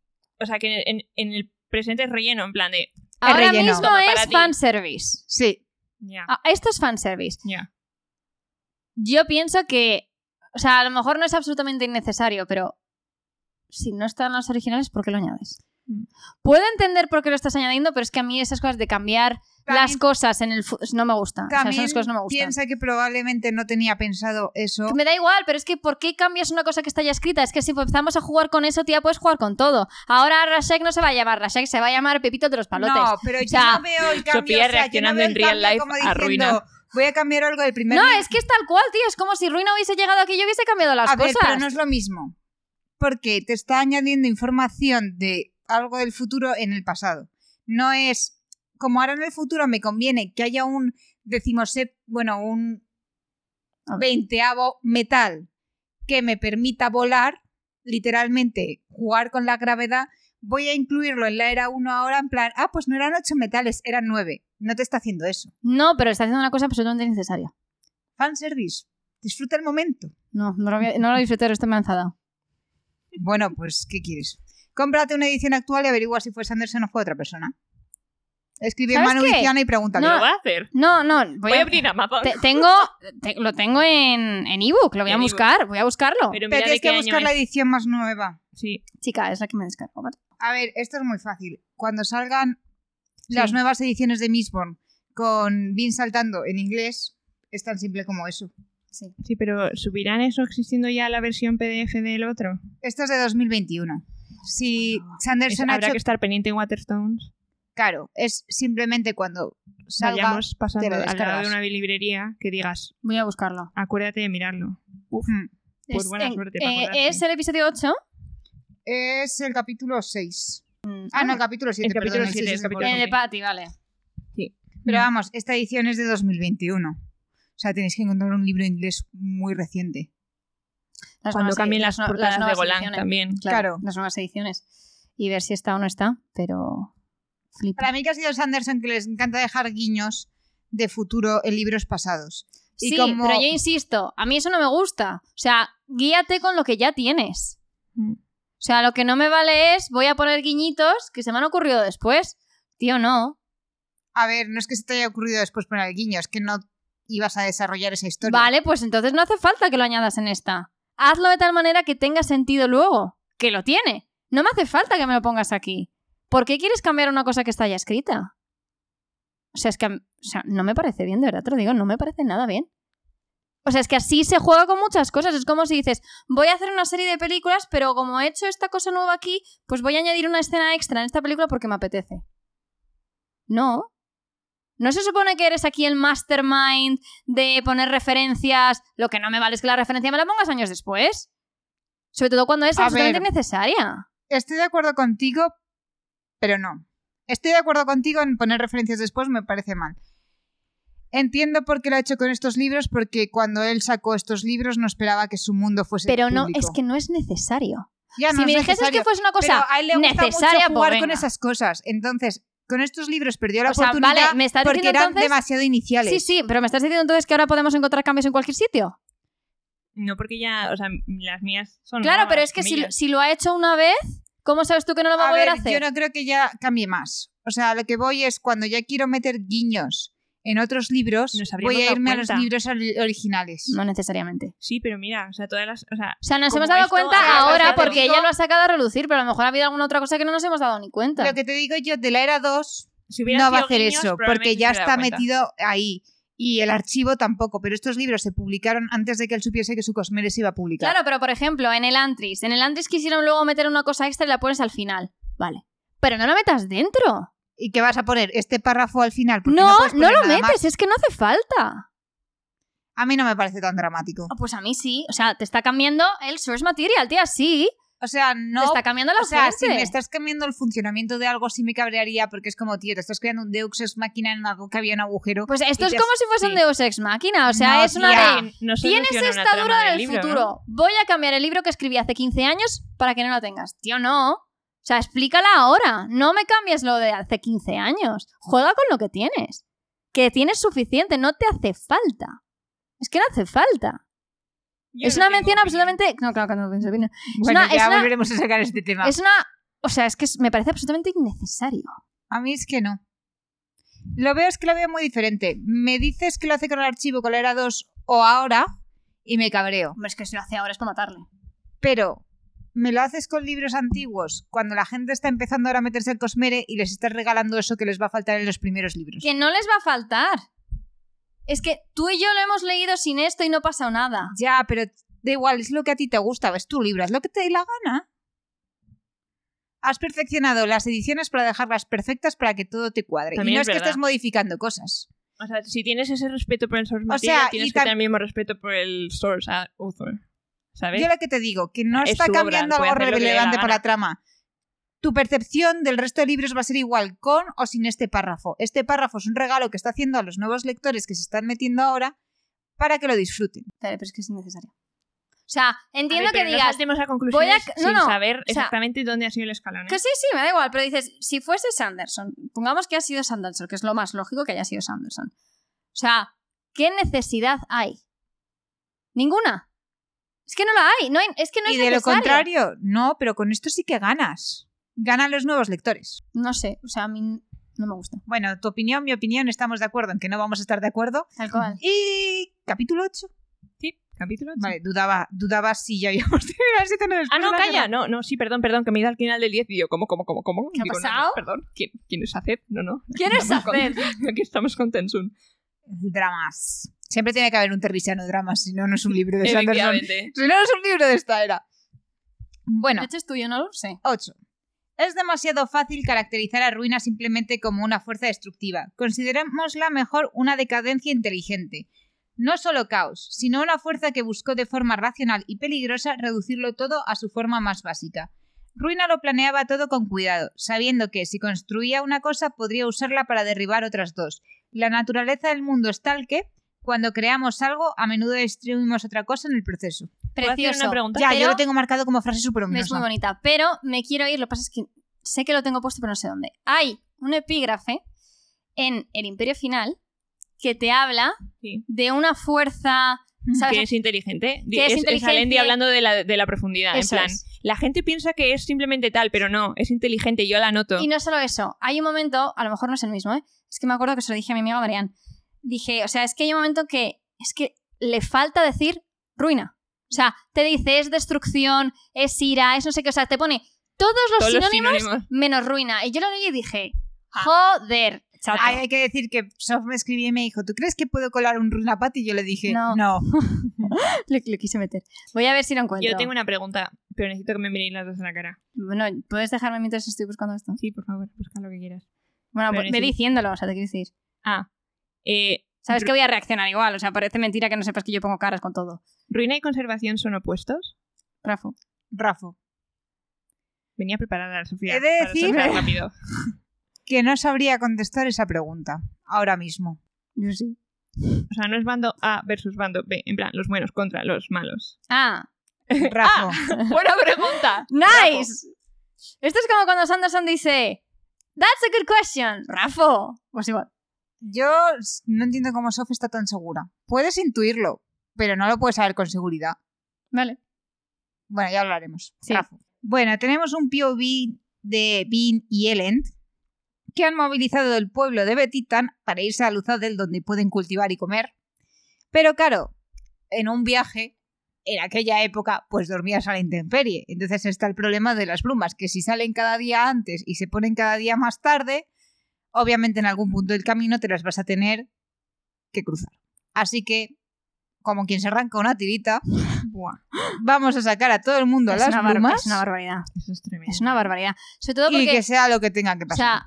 [SPEAKER 3] O sea, que en, en el presente es relleno, en plan de.
[SPEAKER 1] Ahora
[SPEAKER 2] relleno.
[SPEAKER 1] mismo
[SPEAKER 3] Toma, para
[SPEAKER 1] es
[SPEAKER 3] ti.
[SPEAKER 1] fanservice.
[SPEAKER 2] Sí.
[SPEAKER 3] Ya.
[SPEAKER 1] Ah, esto es fanservice.
[SPEAKER 3] ya.
[SPEAKER 1] Yo pienso que. O sea, a lo mejor no es absolutamente innecesario, pero. Si no están los originales, ¿por qué lo añades?
[SPEAKER 3] Mm.
[SPEAKER 1] Puedo entender por qué lo estás añadiendo, pero es que a mí esas cosas de cambiar las
[SPEAKER 2] También-
[SPEAKER 1] cosas en el. fu- No me gustan. O sea,
[SPEAKER 2] también
[SPEAKER 1] esas cosas no me gustan.
[SPEAKER 2] piensa que probablemente no tenía pensado eso.
[SPEAKER 1] Que Me da igual, pero es que ¿por qué cambias una cosa que está ya escrita? Es que si empezamos a jugar con eso, tía, puedes jugar con todo. Ahora Rashek no se va a llamar Rashek, se va a llamar Pepito de los Palotes.
[SPEAKER 2] No, pero yo
[SPEAKER 1] sea,
[SPEAKER 2] no veo el cambio.
[SPEAKER 3] Sofía
[SPEAKER 2] o sea, yo no
[SPEAKER 3] reaccionando
[SPEAKER 2] veo
[SPEAKER 3] en
[SPEAKER 2] el
[SPEAKER 3] real
[SPEAKER 2] cambio
[SPEAKER 3] life
[SPEAKER 2] como
[SPEAKER 3] a
[SPEAKER 2] diciendo,
[SPEAKER 3] ruina.
[SPEAKER 2] Voy a cambiar algo del primer
[SPEAKER 1] No,
[SPEAKER 2] libro.
[SPEAKER 1] es que es tal cual, tío. Es como si Ruina hubiese llegado aquí y yo hubiese cambiado las
[SPEAKER 2] a ver,
[SPEAKER 1] cosas.
[SPEAKER 2] pero no es lo mismo. Porque te está añadiendo información de algo del futuro en el pasado. No es. Como ahora en el futuro me conviene que haya un decimosep, bueno, un
[SPEAKER 1] A ver.
[SPEAKER 2] veinteavo metal que me permita volar, literalmente, jugar con la gravedad, voy a incluirlo en la era 1 ahora en plan, ah, pues no eran ocho metales, eran nueve. No te está haciendo eso.
[SPEAKER 1] No, pero está haciendo una cosa absolutamente necesaria.
[SPEAKER 2] Fanservice. Disfruta el momento.
[SPEAKER 1] No, no lo, voy a- no lo disfruté, estoy manzada.
[SPEAKER 2] Bueno, pues, ¿qué quieres? Cómprate una edición actual y averigua si fue Sanderson o fue otra persona. Escribe a
[SPEAKER 1] ¿Sabes
[SPEAKER 2] Manu
[SPEAKER 1] qué?
[SPEAKER 2] Viciana y pregúntale.
[SPEAKER 1] No,
[SPEAKER 3] Lo va a hacer.
[SPEAKER 1] No, no, voy,
[SPEAKER 3] Voy a abrir a mapa.
[SPEAKER 1] te- tengo, te- lo tengo en en ebook, lo voy a
[SPEAKER 3] En ebook.
[SPEAKER 1] buscar, voy a buscarlo.
[SPEAKER 2] Pero
[SPEAKER 3] Pero mira de
[SPEAKER 2] tienes que
[SPEAKER 3] qué año
[SPEAKER 2] buscar la
[SPEAKER 3] es.
[SPEAKER 2] edición más nueva.
[SPEAKER 3] Sí.
[SPEAKER 1] Chica, es la que me descargo, ¿vale?
[SPEAKER 2] A ver, esto es muy fácil. Cuando salgan las
[SPEAKER 3] Sí.
[SPEAKER 2] nuevas ediciones de Mistborn con Vin saltando en inglés, es tan simple como eso.
[SPEAKER 3] sí, pero ¿subirán eso existiendo ya la versión PDF del otro?
[SPEAKER 2] Esto es de 2021. Si
[SPEAKER 3] Es-
[SPEAKER 2] Sanderson ha
[SPEAKER 3] habrá
[SPEAKER 2] hecho...
[SPEAKER 3] que estar pendiente en Waterstones.
[SPEAKER 2] Claro, es simplemente cuando salga...
[SPEAKER 3] Vayamos pasando
[SPEAKER 2] te lo
[SPEAKER 3] al lado
[SPEAKER 2] descargas.
[SPEAKER 3] de una librería que digas,
[SPEAKER 1] Voy a buscarlo.
[SPEAKER 3] acuérdate de mirarlo.
[SPEAKER 2] Mm.
[SPEAKER 3] Pues
[SPEAKER 1] Es
[SPEAKER 3] buena
[SPEAKER 1] en-
[SPEAKER 3] suerte para
[SPEAKER 1] eh,
[SPEAKER 3] acordarte.
[SPEAKER 1] es el episodio 8.
[SPEAKER 2] Es el capítulo 6. Ah, no, el capítulo 7.
[SPEAKER 3] Mm. El capítulo siete, el capítulo
[SPEAKER 1] El eh, de
[SPEAKER 3] ok.
[SPEAKER 1] Patty, vale.
[SPEAKER 2] Pero
[SPEAKER 3] Mm.
[SPEAKER 2] vamos, esta edición es de 2021. O sea, tenéis que encontrar un libro inglés muy reciente.
[SPEAKER 1] Las
[SPEAKER 3] Cuando
[SPEAKER 1] nuevas-
[SPEAKER 3] cambien las
[SPEAKER 1] no-
[SPEAKER 3] portadas de
[SPEAKER 1] nuevas
[SPEAKER 3] Golán
[SPEAKER 1] ediciones.
[SPEAKER 3] también.
[SPEAKER 1] Claro,
[SPEAKER 2] Claro.
[SPEAKER 1] Las nuevas ediciones. Y ver si está o no está, pero. flipa.
[SPEAKER 2] Para mí que ha sido Sanderson que les encanta dejar guiños de futuro en libros pasados. Y
[SPEAKER 1] Sí,
[SPEAKER 2] como-
[SPEAKER 1] pero yo insisto, a mí eso no me gusta. O sea, guíate con lo que ya tienes.
[SPEAKER 3] Mm.
[SPEAKER 1] O sea, lo que no me vale es voy a poner guiñitos que se me han ocurrido después. Tío, no.
[SPEAKER 2] A ver, no es que se te haya ocurrido después poner el guiño, es que no ibas a desarrollar esa historia.
[SPEAKER 1] Vale, pues entonces no hace falta que lo añadas en esta. Hazlo de tal manera que tenga sentido luego, que lo tiene. No me hace falta que me lo pongas aquí. ¿Por qué quieres cambiar una cosa que está ya escrita? O sea, es que a mí- o sea, no me parece bien, de verdad te lo digo, no me parece nada bien. O sea, es que así se juega con muchas cosas. Es como si dices, voy a hacer una serie de películas, pero como he hecho esta cosa nueva aquí, pues voy a añadir una escena extra en esta película porque me apetece. No. ¿No se supone que eres aquí el mastermind de poner referencias? Lo que no me vale es que la referencia me la pongas años después. Sobre todo cuando es
[SPEAKER 2] A
[SPEAKER 1] absolutamente
[SPEAKER 2] ver.
[SPEAKER 1] necesaria.
[SPEAKER 2] Estoy de acuerdo contigo, pero no. Estoy de acuerdo contigo en poner referencias después, me parece mal. Entiendo por qué lo ha hecho con estos libros, porque cuando él sacó estos libros no esperaba que su mundo fuese
[SPEAKER 1] Pero no,
[SPEAKER 2] público.
[SPEAKER 1] es que no es necesario.
[SPEAKER 2] Ya
[SPEAKER 1] si
[SPEAKER 2] no
[SPEAKER 1] me
[SPEAKER 2] es
[SPEAKER 1] dijeses
[SPEAKER 2] necesario.
[SPEAKER 1] que fuese una cosa
[SPEAKER 2] pero a él le gusta
[SPEAKER 1] necesaria,
[SPEAKER 2] mucho jugar
[SPEAKER 1] pues
[SPEAKER 2] con
[SPEAKER 1] venga.
[SPEAKER 2] esas cosas. Entonces, con estos libros perdió la
[SPEAKER 1] O sea,
[SPEAKER 2] oportunidad
[SPEAKER 1] vale, me estás
[SPEAKER 2] porque
[SPEAKER 1] diciendo
[SPEAKER 2] eran
[SPEAKER 1] entonces-
[SPEAKER 2] demasiado iniciales.
[SPEAKER 1] Sí, sí, pero me estás diciendo entonces que ahora podemos encontrar cambios en cualquier sitio.
[SPEAKER 3] No porque ya, o sea, las mías son...
[SPEAKER 1] claro,
[SPEAKER 3] nuevas,
[SPEAKER 1] pero es que si,
[SPEAKER 3] comillas.
[SPEAKER 1] si lo ha hecho una vez, ¿cómo sabes tú que no lo va a,
[SPEAKER 2] a
[SPEAKER 1] volver
[SPEAKER 2] ver,
[SPEAKER 1] a hacer?
[SPEAKER 2] yo no creo que ya cambie más. O sea, lo que voy es cuando ya quiero meter guiños en otros libros,
[SPEAKER 3] Nos habríamos
[SPEAKER 2] voy a
[SPEAKER 3] dado
[SPEAKER 2] irme a
[SPEAKER 3] cuenta.
[SPEAKER 2] los libros ori- originales.
[SPEAKER 1] No necesariamente.
[SPEAKER 3] Sí, pero mira, o sea, todas las... O sea,
[SPEAKER 1] O sea, nos
[SPEAKER 3] Como
[SPEAKER 1] hemos dado
[SPEAKER 3] esto
[SPEAKER 1] cuenta
[SPEAKER 3] ahora
[SPEAKER 1] ahora
[SPEAKER 3] está
[SPEAKER 1] porque
[SPEAKER 2] rico.
[SPEAKER 1] ella lo ha sacado a relucir, pero a lo mejor ha habido alguna otra cosa que no nos hemos dado ni cuenta.
[SPEAKER 2] Lo que te digo yo de la era 2
[SPEAKER 3] si hubiera
[SPEAKER 2] no va a
[SPEAKER 3] sido
[SPEAKER 2] hacer
[SPEAKER 3] guiños,
[SPEAKER 2] eso,
[SPEAKER 3] probablemente
[SPEAKER 2] porque ya
[SPEAKER 3] se hubiera
[SPEAKER 2] está
[SPEAKER 3] dado cuenta.
[SPEAKER 2] metido ahí. Y el archivo tampoco, pero estos libros se publicaron antes de que él supiese que su Cosmere se iba a publicar.
[SPEAKER 1] Claro, pero por ejemplo, en el Antris. En el Antris quisieron luego meter una cosa extra y la pones al final. Vale. Pero no la metas dentro.
[SPEAKER 2] ¿Y qué vas a poner? ¿Este párrafo al final? Porque
[SPEAKER 1] No,
[SPEAKER 2] puedes
[SPEAKER 1] no,
[SPEAKER 2] poner
[SPEAKER 1] lo
[SPEAKER 2] nada
[SPEAKER 1] metes,
[SPEAKER 2] más.
[SPEAKER 1] es que no hace falta.
[SPEAKER 2] A mí no me parece tan dramático.
[SPEAKER 1] Ah, Pues a mí sí. O sea, te está cambiando el source material, tía, sí.
[SPEAKER 2] O sea,
[SPEAKER 1] te
[SPEAKER 2] no.
[SPEAKER 1] está cambiando la
[SPEAKER 2] O sea, si
[SPEAKER 1] fuente.
[SPEAKER 2] me estás cambiando el funcionamiento de algo, sí me cabrearía porque es como, tío, te estás creando un Deux Ex Máquina en algo que había un agujero.
[SPEAKER 1] Pues esto
[SPEAKER 2] y
[SPEAKER 1] es
[SPEAKER 2] te
[SPEAKER 1] como si fuese un
[SPEAKER 3] sí.
[SPEAKER 1] Deus Ex Máquina. O sea,
[SPEAKER 2] No,
[SPEAKER 1] es una
[SPEAKER 2] tía.
[SPEAKER 1] de-
[SPEAKER 3] Sí, no
[SPEAKER 1] Tienes
[SPEAKER 3] soluciona una
[SPEAKER 1] esta
[SPEAKER 3] trama
[SPEAKER 1] dura del
[SPEAKER 3] libro, ¿no?
[SPEAKER 1] futuro. Voy a cambiar el libro que escribí hace 15 años para que no lo tengas. Tío, no. O sea, explícala ahora. No me cambies lo de hace 15 años. Juega con lo que tienes. Que tienes suficiente, no te hace falta. Es que no hace falta.
[SPEAKER 3] Yo
[SPEAKER 1] es
[SPEAKER 3] no
[SPEAKER 1] una
[SPEAKER 3] tengo
[SPEAKER 1] mención
[SPEAKER 3] opinión.
[SPEAKER 1] absolutamente. No, claro, que no tienes opinión.
[SPEAKER 2] Bueno,
[SPEAKER 1] una-
[SPEAKER 2] ya
[SPEAKER 1] es una-
[SPEAKER 2] volveremos a sacar este tema.
[SPEAKER 1] Es una. O sea, es que es- me parece absolutamente innecesario.
[SPEAKER 2] A mí es que no. Lo veo es que lo veo muy diferente. Me dices que lo hace con el archivo con la era 2 o ahora y me cabreo.
[SPEAKER 1] Hombre, es que si lo hace ahora es para matarle.
[SPEAKER 2] Pero me lo haces con libros antiguos cuando la gente está empezando ahora a meterse al Cosmere y les estás regalando eso que les va a faltar en los primeros libros.
[SPEAKER 1] Que no les va a faltar. Es que tú y yo lo hemos leído sin esto y no pasa nada.
[SPEAKER 2] Ya, pero da igual, es lo que a ti te gusta, es tu libro, es lo que te dé la gana. Has perfeccionado las ediciones para dejarlas perfectas para que todo te cuadre.
[SPEAKER 3] También
[SPEAKER 2] y no
[SPEAKER 3] es
[SPEAKER 2] es, que
[SPEAKER 3] verdad.
[SPEAKER 2] estés modificando cosas.
[SPEAKER 3] O sea, si tienes ese respeto por el source material,
[SPEAKER 2] sea,
[SPEAKER 3] tienes
[SPEAKER 2] y
[SPEAKER 3] que
[SPEAKER 2] tam-
[SPEAKER 3] tener el mismo respeto por el source a- author. ¿Sabes?
[SPEAKER 2] Yo lo que te digo, que no
[SPEAKER 3] Es
[SPEAKER 2] está
[SPEAKER 3] su obra,
[SPEAKER 2] cambiando
[SPEAKER 3] puede
[SPEAKER 2] algo
[SPEAKER 3] hacer lo que le dé la
[SPEAKER 2] relevante
[SPEAKER 3] gana.
[SPEAKER 2] para la trama. Tu percepción del resto de libros va a ser igual con o sin este párrafo. Este párrafo es un regalo que está haciendo a los nuevos lectores que se están metiendo ahora para que lo disfruten.
[SPEAKER 1] Vale, pero es que es innecesario. O sea, entiendo
[SPEAKER 3] A ver,
[SPEAKER 1] que
[SPEAKER 3] pero No
[SPEAKER 1] digas.
[SPEAKER 3] saltemos a
[SPEAKER 1] voy
[SPEAKER 3] conclusiones
[SPEAKER 1] a- no,
[SPEAKER 3] sin
[SPEAKER 1] no,
[SPEAKER 3] saber
[SPEAKER 1] sea,
[SPEAKER 3] exactamente dónde ha sido el escalón. ¿eh?
[SPEAKER 1] Que sí, sí, me da igual, pero dices, si fuese Sanderson, pongamos que ha sido Sanderson, que es lo más lógico que haya sido Sanderson. O sea, ¿qué necesidad hay? Ninguna. Es que no la hay, no hay es que no
[SPEAKER 2] y
[SPEAKER 1] es
[SPEAKER 2] de lo
[SPEAKER 1] necesario.
[SPEAKER 2] contrario, no, pero con esto sí que ganas. Ganan los nuevos lectores.
[SPEAKER 1] No sé, o sea, a mí no me gusta.
[SPEAKER 2] Bueno, tu opinión, mi opinión, estamos de acuerdo en que no vamos a estar de acuerdo.
[SPEAKER 1] Tal cual.
[SPEAKER 2] Y capítulo 8.
[SPEAKER 3] Sí, capítulo ocho.
[SPEAKER 2] Vale, dudaba, dudaba si ya habíamos terminado el 7
[SPEAKER 3] Ah, no, calla. No, no, sí, perdón, perdón, que me he ido al final del 10 y yo, ¿cómo, cómo, cómo, cómo?
[SPEAKER 1] ¿Qué ha
[SPEAKER 3] Digo, no, no,
[SPEAKER 1] pasado?
[SPEAKER 3] perdón, ¿quién, quién es Aced? No, no.
[SPEAKER 1] ¿Quién es
[SPEAKER 3] Estamos con-
[SPEAKER 1] hacer?
[SPEAKER 3] Aquí estamos con Tensun.
[SPEAKER 2] Dramas. Siempre tiene que haber un terriciano de dramas, si no, no es un libro de Sanderson.
[SPEAKER 3] Efectivamente.
[SPEAKER 2] Si no, no es un libro de esta era. Bueno,
[SPEAKER 1] De hecho, es tuyo, no lo sé.
[SPEAKER 2] 8. Es demasiado fácil caracterizar a Ruina simplemente como una fuerza destructiva. Considerémosla mejor una decadencia inteligente. No solo caos, sino una fuerza que buscó de forma racional y peligrosa reducirlo todo a su forma más básica. Ruina lo planeaba todo con cuidado, sabiendo que si construía una cosa podría usarla para derribar otras dos. La naturaleza del mundo es tal que, cuando creamos algo, a menudo destruimos otra cosa en el proceso.
[SPEAKER 3] ¿Puedo hacer
[SPEAKER 1] Precioso.
[SPEAKER 3] una pregunta?
[SPEAKER 2] Ya, yo
[SPEAKER 1] Pero-
[SPEAKER 2] lo tengo marcado como frase súper
[SPEAKER 1] Es muy bonita, pero me quiero ir, lo que pasa es que sé que lo tengo puesto, pero no sé dónde. Hay un epígrafe en El Imperio Final que te habla
[SPEAKER 3] Sí.
[SPEAKER 1] de una fuerza, ¿sabes?
[SPEAKER 3] Mm, Que es inteligente. Di-
[SPEAKER 1] Que es
[SPEAKER 3] es,
[SPEAKER 1] inteligencia.
[SPEAKER 3] Alendi hablando de la, de la profundidad.
[SPEAKER 1] Eso
[SPEAKER 3] en plan,
[SPEAKER 1] es.
[SPEAKER 3] la gente piensa que es simplemente tal, pero no, es inteligente, yo la noto.
[SPEAKER 1] Y no solo eso, hay un momento, a lo mejor no es el mismo, ¿eh? es que me acuerdo que se lo dije a mi amiga Marian. Dije, o sea, es que hay un momento que es que le falta decir ruina. O sea, te dice es destrucción, es ira, es no sé qué, o sea, te pone todos los,
[SPEAKER 3] Todos los
[SPEAKER 1] sinónimos,
[SPEAKER 3] sinónimos.
[SPEAKER 1] menos ruina. Y yo lo leí y dije,
[SPEAKER 3] Ah.
[SPEAKER 1] joder, chato.
[SPEAKER 2] Ay, hay que decir que Sof me escribió y me dijo, ¿tú crees que puedo colar un runapat? Y yo le dije,
[SPEAKER 1] No.
[SPEAKER 2] no.
[SPEAKER 1] Le, le quise meter. Voy a ver si lo encuentro.
[SPEAKER 3] Yo tengo una pregunta, pero necesito que me miréis las dos a la cara.
[SPEAKER 1] Bueno, ¿puedes dejarme mientras estoy buscando esto?
[SPEAKER 3] Sí, por favor, busca lo que quieras.
[SPEAKER 1] Bueno,
[SPEAKER 3] Pero
[SPEAKER 1] pues, ve
[SPEAKER 3] necesito-
[SPEAKER 1] diciéndolo, o sea, te quiero decir.
[SPEAKER 3] Ah, eh,
[SPEAKER 1] Sabes que voy a reaccionar igual, o sea, parece mentira que no sepas que yo pongo caras con todo.
[SPEAKER 3] ¿ruina y conservación son opuestos?
[SPEAKER 1] Rafa.
[SPEAKER 2] Rafa,
[SPEAKER 3] Venía preparada, Sofía.
[SPEAKER 2] He de
[SPEAKER 3] para
[SPEAKER 2] decir-
[SPEAKER 3] soltar rápido.
[SPEAKER 2] que no sabría contestar esa pregunta ahora mismo.
[SPEAKER 1] Yo sí.
[SPEAKER 3] O sea, no es bando A versus bando B. En plan, los buenos contra los malos.
[SPEAKER 1] Ah,
[SPEAKER 2] Rafa,
[SPEAKER 3] Buena pregunta.
[SPEAKER 1] nice. Esto es como cuando Sanderson dice, That's a good question, Rafa. Pues igual.
[SPEAKER 2] yo s- no entiendo cómo Sof está tan segura. Puedes intuirlo, pero no lo puedes saber con seguridad.
[SPEAKER 1] Vale.
[SPEAKER 2] Bueno, ya hablaremos.
[SPEAKER 1] Sí.
[SPEAKER 2] Rafa. Bueno, tenemos un POV de Bean y Elend que han movilizado el pueblo de Betitan para irse a Luzadel donde pueden cultivar y comer. Pero claro, en un viaje, en aquella época, pues dormías a la intemperie. Entonces está el problema de las brumas, que si salen cada día antes y se ponen cada día más tarde, obviamente en algún punto del camino te las vas a tener que cruzar. Así que, como quien se arranca una tirita, vamos a sacar a todo el mundo a
[SPEAKER 1] Es
[SPEAKER 2] las
[SPEAKER 1] una, barba-
[SPEAKER 2] brumas
[SPEAKER 1] es una barbaridad.
[SPEAKER 3] Eso es tremendo.
[SPEAKER 1] Es una barbaridad. Sobre todo porque...
[SPEAKER 2] y que sea lo que tenga que
[SPEAKER 1] O
[SPEAKER 2] pasar.
[SPEAKER 1] sea,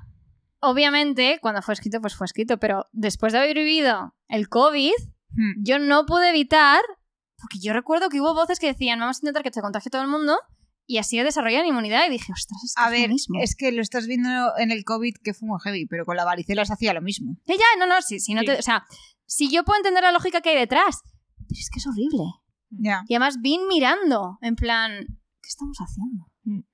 [SPEAKER 1] obviamente, cuando fue escrito, pues fue escrito, pero después de haber vivido el COVID,
[SPEAKER 2] Hmm.
[SPEAKER 1] yo no pude evitar, porque yo recuerdo que hubo voces que decían, vamos a intentar que se contagie todo el mundo, y así desarrollan inmunidad, y dije, ostras, es que
[SPEAKER 2] a
[SPEAKER 1] es lo
[SPEAKER 2] ver,
[SPEAKER 1] mismo".
[SPEAKER 2] es que lo estás viendo en el COVID que fue muy heavy, pero con la varicela se hacía lo mismo.
[SPEAKER 1] Ya, ya, no, no, si, si no
[SPEAKER 3] Sí.
[SPEAKER 1] te- o sea, si yo puedo entender la lógica que hay detrás, pero es que es horrible.
[SPEAKER 2] Ya.
[SPEAKER 1] Y además, Vin mirando, en plan, ¿qué estamos haciendo?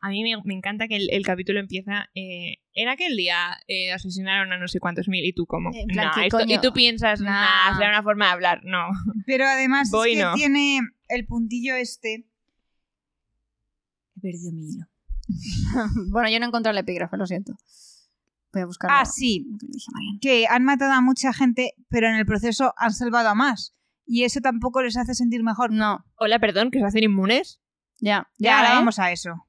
[SPEAKER 3] A mí me, me encanta que el, el capítulo empieza. eh, en aquel día eh, asesinaron a no sé cuántos mil y tú como.
[SPEAKER 1] En plan,
[SPEAKER 3] "Nah,
[SPEAKER 1] ¿qué
[SPEAKER 3] esto-"
[SPEAKER 1] coño?
[SPEAKER 3] y tú piensas,
[SPEAKER 1] Nah.
[SPEAKER 3] nah, será una forma de hablar. No.
[SPEAKER 2] Pero además es
[SPEAKER 3] Voy,
[SPEAKER 2] que
[SPEAKER 3] no.
[SPEAKER 2] tiene el puntillo este. He perdido mi hilo.
[SPEAKER 1] bueno, yo no he encontrado el epígrafe, lo siento. Voy a buscarlo.
[SPEAKER 2] Ah, sí,
[SPEAKER 1] Lo que le dije a Marian.
[SPEAKER 2] que han matado a mucha gente, pero en el proceso han salvado a más. Y eso tampoco les hace sentir mejor.
[SPEAKER 1] No,
[SPEAKER 3] Hola, perdón, que se hacen inmunes.
[SPEAKER 1] ya, ya,
[SPEAKER 2] Ya, ahora
[SPEAKER 1] ¿eh?
[SPEAKER 2] vamos a eso.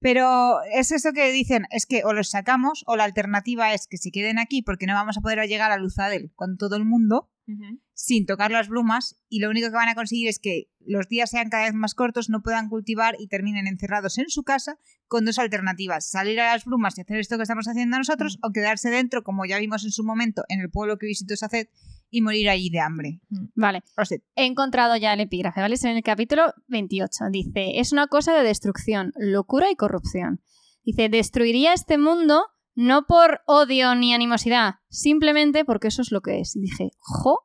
[SPEAKER 2] Pero es eso que dicen, es que o los sacamos o la alternativa es que se queden aquí porque no vamos a poder llegar a Luzadel con todo el mundo
[SPEAKER 3] Ujú.
[SPEAKER 2] sin tocar las plumas y lo único que van a conseguir es que los días sean cada vez más cortos, no puedan cultivar y terminen encerrados en su casa con dos alternativas, salir a las plumas y hacer esto que estamos haciendo nosotros o quedarse dentro, como ya vimos en su momento, en el pueblo que visitó Saced y morir allí de hambre.
[SPEAKER 1] Vale,
[SPEAKER 2] O sea,
[SPEAKER 1] he encontrado ya el epígrafe, ¿vale? Es en el capítulo 28. Dice, es una cosa de destrucción, locura y corrupción. Dice, destruiría este mundo no por odio ni animosidad, simplemente porque eso es lo que es. Y dije, jo,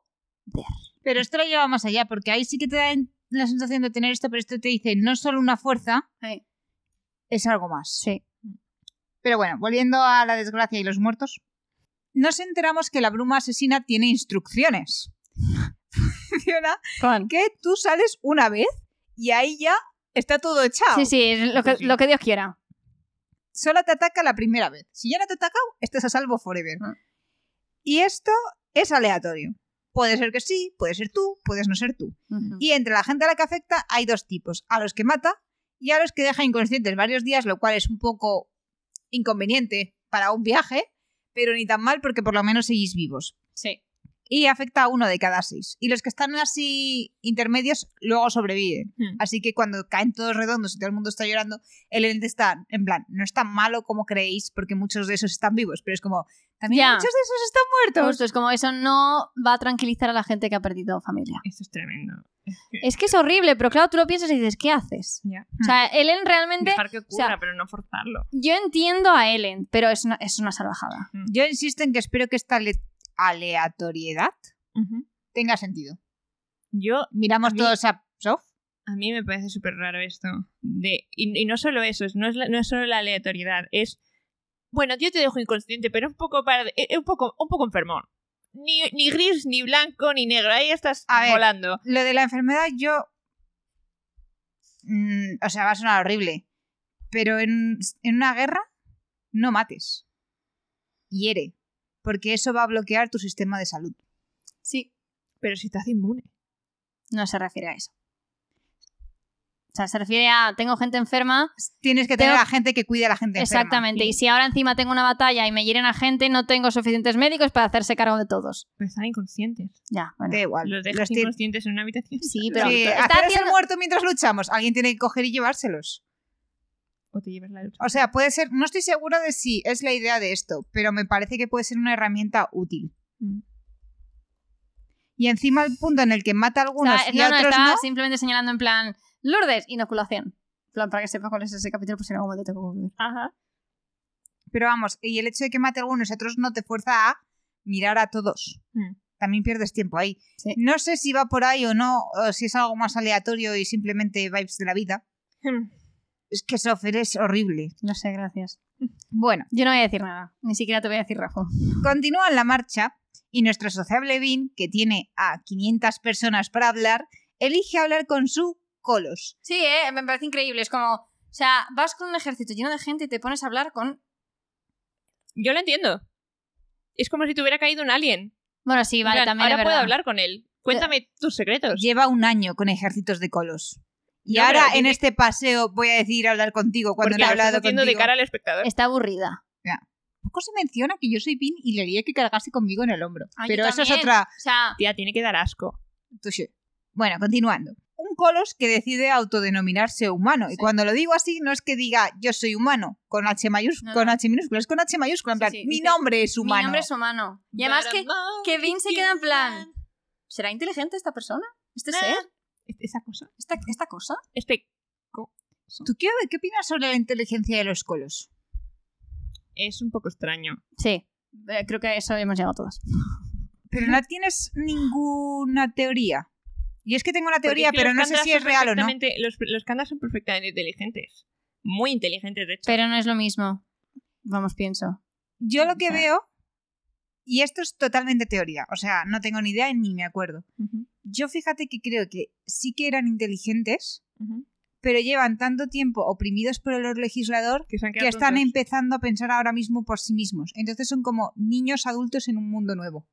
[SPEAKER 2] Pero esto lo lleva más allá, porque ahí sí que te da en- la sensación de tener esto, pero esto te dice no es solo una fuerza,
[SPEAKER 1] Sí.
[SPEAKER 2] es algo más.
[SPEAKER 1] sí.
[SPEAKER 2] Pero bueno, volviendo a la desgracia y los muertos, nos enteramos que la bruma asesina tiene instrucciones. Funciona
[SPEAKER 1] Juan.
[SPEAKER 2] que tú sales una vez y ahí ya está todo echado.
[SPEAKER 1] Sí, sí, es lo que, lo que Dios quiera.
[SPEAKER 2] Solo te ataca la primera vez. Si ya no te ataca, estás a salvo forever.
[SPEAKER 1] Ah.
[SPEAKER 2] Y esto es aleatorio. Puede ser que sí, puede ser tú, puedes no ser tú. Y entre la gente a la que afecta hay dos tipos, a los que mata y a los que deja inconscientes varios días, lo cual es un poco inconveniente para un viaje, pero ni tan mal porque por lo menos seguís vivos.
[SPEAKER 1] Sí.
[SPEAKER 2] Y afecta a uno de cada seis. Y los que están así intermedios luego sobreviven.
[SPEAKER 3] Hmm.
[SPEAKER 2] Así que cuando caen todos redondos y todo el mundo está llorando, el ente está en plan, no es tan malo como creéis porque muchos de esos están vivos, pero es como, también
[SPEAKER 1] Ya.
[SPEAKER 2] muchos de esos están muertos.
[SPEAKER 1] Justo, es como eso no va a tranquilizar a la gente que ha perdido familia.
[SPEAKER 3] Esto es tremendo.
[SPEAKER 1] Es que es horrible, pero claro, tú lo piensas y dices, ¿qué haces?
[SPEAKER 3] Ya.
[SPEAKER 1] O sea, Ellen realmente...
[SPEAKER 3] Dejar que ocurra, pero no forzarlo.
[SPEAKER 1] Yo entiendo a Ellen, pero es una, es una salvajada.
[SPEAKER 2] Yo insisto en que espero que esta ale- aleatoriedad
[SPEAKER 3] Ujú.
[SPEAKER 2] tenga sentido.
[SPEAKER 3] Yo
[SPEAKER 2] Miramos
[SPEAKER 3] A mí-
[SPEAKER 2] todos a Sof.
[SPEAKER 3] A mí me parece súper raro esto. De, y, y no solo eso, es- no es, la- no es solo la aleatoriedad, es... Bueno, yo te dejo inconsciente, pero un poco para, eh, eh, un poco, un poco enfermón. Ni, ni gris, ni blanco, ni negro. Ahí estás
[SPEAKER 2] A ver.
[SPEAKER 3] volando.
[SPEAKER 2] Lo de la enfermedad, yo. Mm, o sea, va a sonar horrible. Pero en, en una guerra, no mates. Hiere. Porque eso va a bloquear tu sistema de salud.
[SPEAKER 1] Sí.
[SPEAKER 3] Pero si te hace inmune.
[SPEAKER 1] No se refiere a eso. O sea, se refiere a tengo gente enferma.
[SPEAKER 2] Tienes que tener
[SPEAKER 1] Tengo-
[SPEAKER 2] a gente que cuide a la gente enferma.
[SPEAKER 1] Exactamente. Y si ahora encima tengo una batalla y me hieren a gente, no tengo suficientes médicos para hacerse cargo de todos.
[SPEAKER 3] Pero pues están inconscientes.
[SPEAKER 1] Ya, bueno.
[SPEAKER 2] Da igual.
[SPEAKER 3] Los dejas
[SPEAKER 2] Los ti-
[SPEAKER 3] inconscientes en una habitación.
[SPEAKER 1] Sí, pero-
[SPEAKER 2] Sí,
[SPEAKER 1] está
[SPEAKER 2] hacer
[SPEAKER 1] haciendo-
[SPEAKER 2] el muerto mientras luchamos. Alguien tiene que coger y llevárselos.
[SPEAKER 3] O te llevas la ducha.
[SPEAKER 2] O sea, puede ser. No estoy segura de si es la idea de esto, pero me parece que puede ser una herramienta útil.
[SPEAKER 3] Mm.
[SPEAKER 2] Y encima el punto en el que mata a
[SPEAKER 1] O sea,
[SPEAKER 2] algunos y
[SPEAKER 1] no,
[SPEAKER 2] a
[SPEAKER 1] no,
[SPEAKER 2] otros
[SPEAKER 1] estaba
[SPEAKER 2] no.
[SPEAKER 1] simplemente señalando en plan Lourdes, inoculación. En plan, para que sepa cuál es ese capítulo, pues en algún momento tengo que volver.
[SPEAKER 3] Ajá.
[SPEAKER 2] Pero vamos, y el hecho de que mate a algunos y a otros no te fuerza a mirar a todos.
[SPEAKER 3] Mm.
[SPEAKER 2] También pierdes tiempo ahí.
[SPEAKER 1] Sí.
[SPEAKER 2] No sé si va por ahí o no, o si es algo más aleatorio y simplemente vibes de la vida.
[SPEAKER 3] Mm.
[SPEAKER 2] Es que Sofer es horrible.
[SPEAKER 1] No sé, gracias.
[SPEAKER 2] Bueno,
[SPEAKER 1] Yo no voy a decir nada. Ni siquiera te voy a decir Rafa.
[SPEAKER 2] continúa en la marcha y nuestro sociable Vin, que tiene a 500 personas para hablar, elige hablar con su colos.
[SPEAKER 1] Sí, eh, me parece increíble. Es como, o sea, vas con un ejército lleno de gente y te pones a hablar con.
[SPEAKER 3] Yo lo entiendo. Es como si te hubiera caído un alien.
[SPEAKER 1] Bueno, sí,
[SPEAKER 3] En
[SPEAKER 1] vale,
[SPEAKER 3] plan,
[SPEAKER 1] también
[SPEAKER 3] ahora
[SPEAKER 1] es
[SPEAKER 3] puedo
[SPEAKER 1] verdad.
[SPEAKER 3] hablar con él. Cuéntame tus secretos.
[SPEAKER 2] Lleva un año con ejércitos de colos. Y
[SPEAKER 3] No, pero
[SPEAKER 2] ahora en
[SPEAKER 3] tiene-
[SPEAKER 2] este paseo voy a decir hablar contigo cuando
[SPEAKER 3] Porque
[SPEAKER 2] no he
[SPEAKER 3] lo estás
[SPEAKER 2] hablado
[SPEAKER 3] haciendo
[SPEAKER 2] contigo.
[SPEAKER 3] de cara al espectador.
[SPEAKER 1] Está aburrida.
[SPEAKER 2] Poco se menciona que yo soy Pin y le haría que cargase conmigo en el hombro.
[SPEAKER 1] Ah, yo
[SPEAKER 2] Pero eso es
[SPEAKER 1] también.
[SPEAKER 2] otra.
[SPEAKER 1] O sea,
[SPEAKER 3] Tía, tiene que dar asco.
[SPEAKER 2] Touché. Bueno, continuando. Un colos que decide autodenominarse humano. Y
[SPEAKER 1] Sí.
[SPEAKER 2] cuando lo digo así, no es que diga yo soy humano, con H, mayús-
[SPEAKER 1] No, no.
[SPEAKER 2] con H minúscula, es con H mayúscula. En
[SPEAKER 1] Sí,
[SPEAKER 2] plan,
[SPEAKER 1] sí,
[SPEAKER 2] mi
[SPEAKER 1] dice,
[SPEAKER 2] nombre es humano.
[SPEAKER 1] mi nombre es humano. Y además que, que Vin se queda en plan. ¿Será inteligente esta persona? ¿Este
[SPEAKER 3] Nah.
[SPEAKER 1] ser?
[SPEAKER 3] Esa cosa.
[SPEAKER 1] ¿Esta, esta cosa?
[SPEAKER 3] Este
[SPEAKER 2] ¿Tú qué, qué opinas sobre la inteligencia de los colos?
[SPEAKER 3] es un poco extraño.
[SPEAKER 1] Sí. Eh, Creo que eso hemos llegado todas.
[SPEAKER 2] Pero no tienes ninguna teoría. Y es que tengo una teoría,
[SPEAKER 3] Porque es que
[SPEAKER 2] pero
[SPEAKER 3] los
[SPEAKER 2] no sé
[SPEAKER 3] kandas
[SPEAKER 2] si
[SPEAKER 3] son
[SPEAKER 2] es real o no.
[SPEAKER 3] perfectamente- Los, los kandas son perfectamente inteligentes. Muy inteligentes, de hecho.
[SPEAKER 1] Pero no es lo mismo. Vamos, pienso.
[SPEAKER 2] Yo lo que
[SPEAKER 1] O sea-
[SPEAKER 2] veo, y esto es totalmente teoría, o sea, no tengo ni idea y ni me acuerdo.
[SPEAKER 3] Ujú,
[SPEAKER 2] Yo fíjate que creo que sí que eran inteligentes,
[SPEAKER 3] ujú.
[SPEAKER 2] pero llevan tanto tiempo oprimidos por el legislador
[SPEAKER 3] Que, se han
[SPEAKER 2] que
[SPEAKER 3] quedado
[SPEAKER 2] están
[SPEAKER 3] tontos.
[SPEAKER 2] empezando a pensar ahora mismo por sí mismos. Entonces son como niños adultos en un mundo nuevo.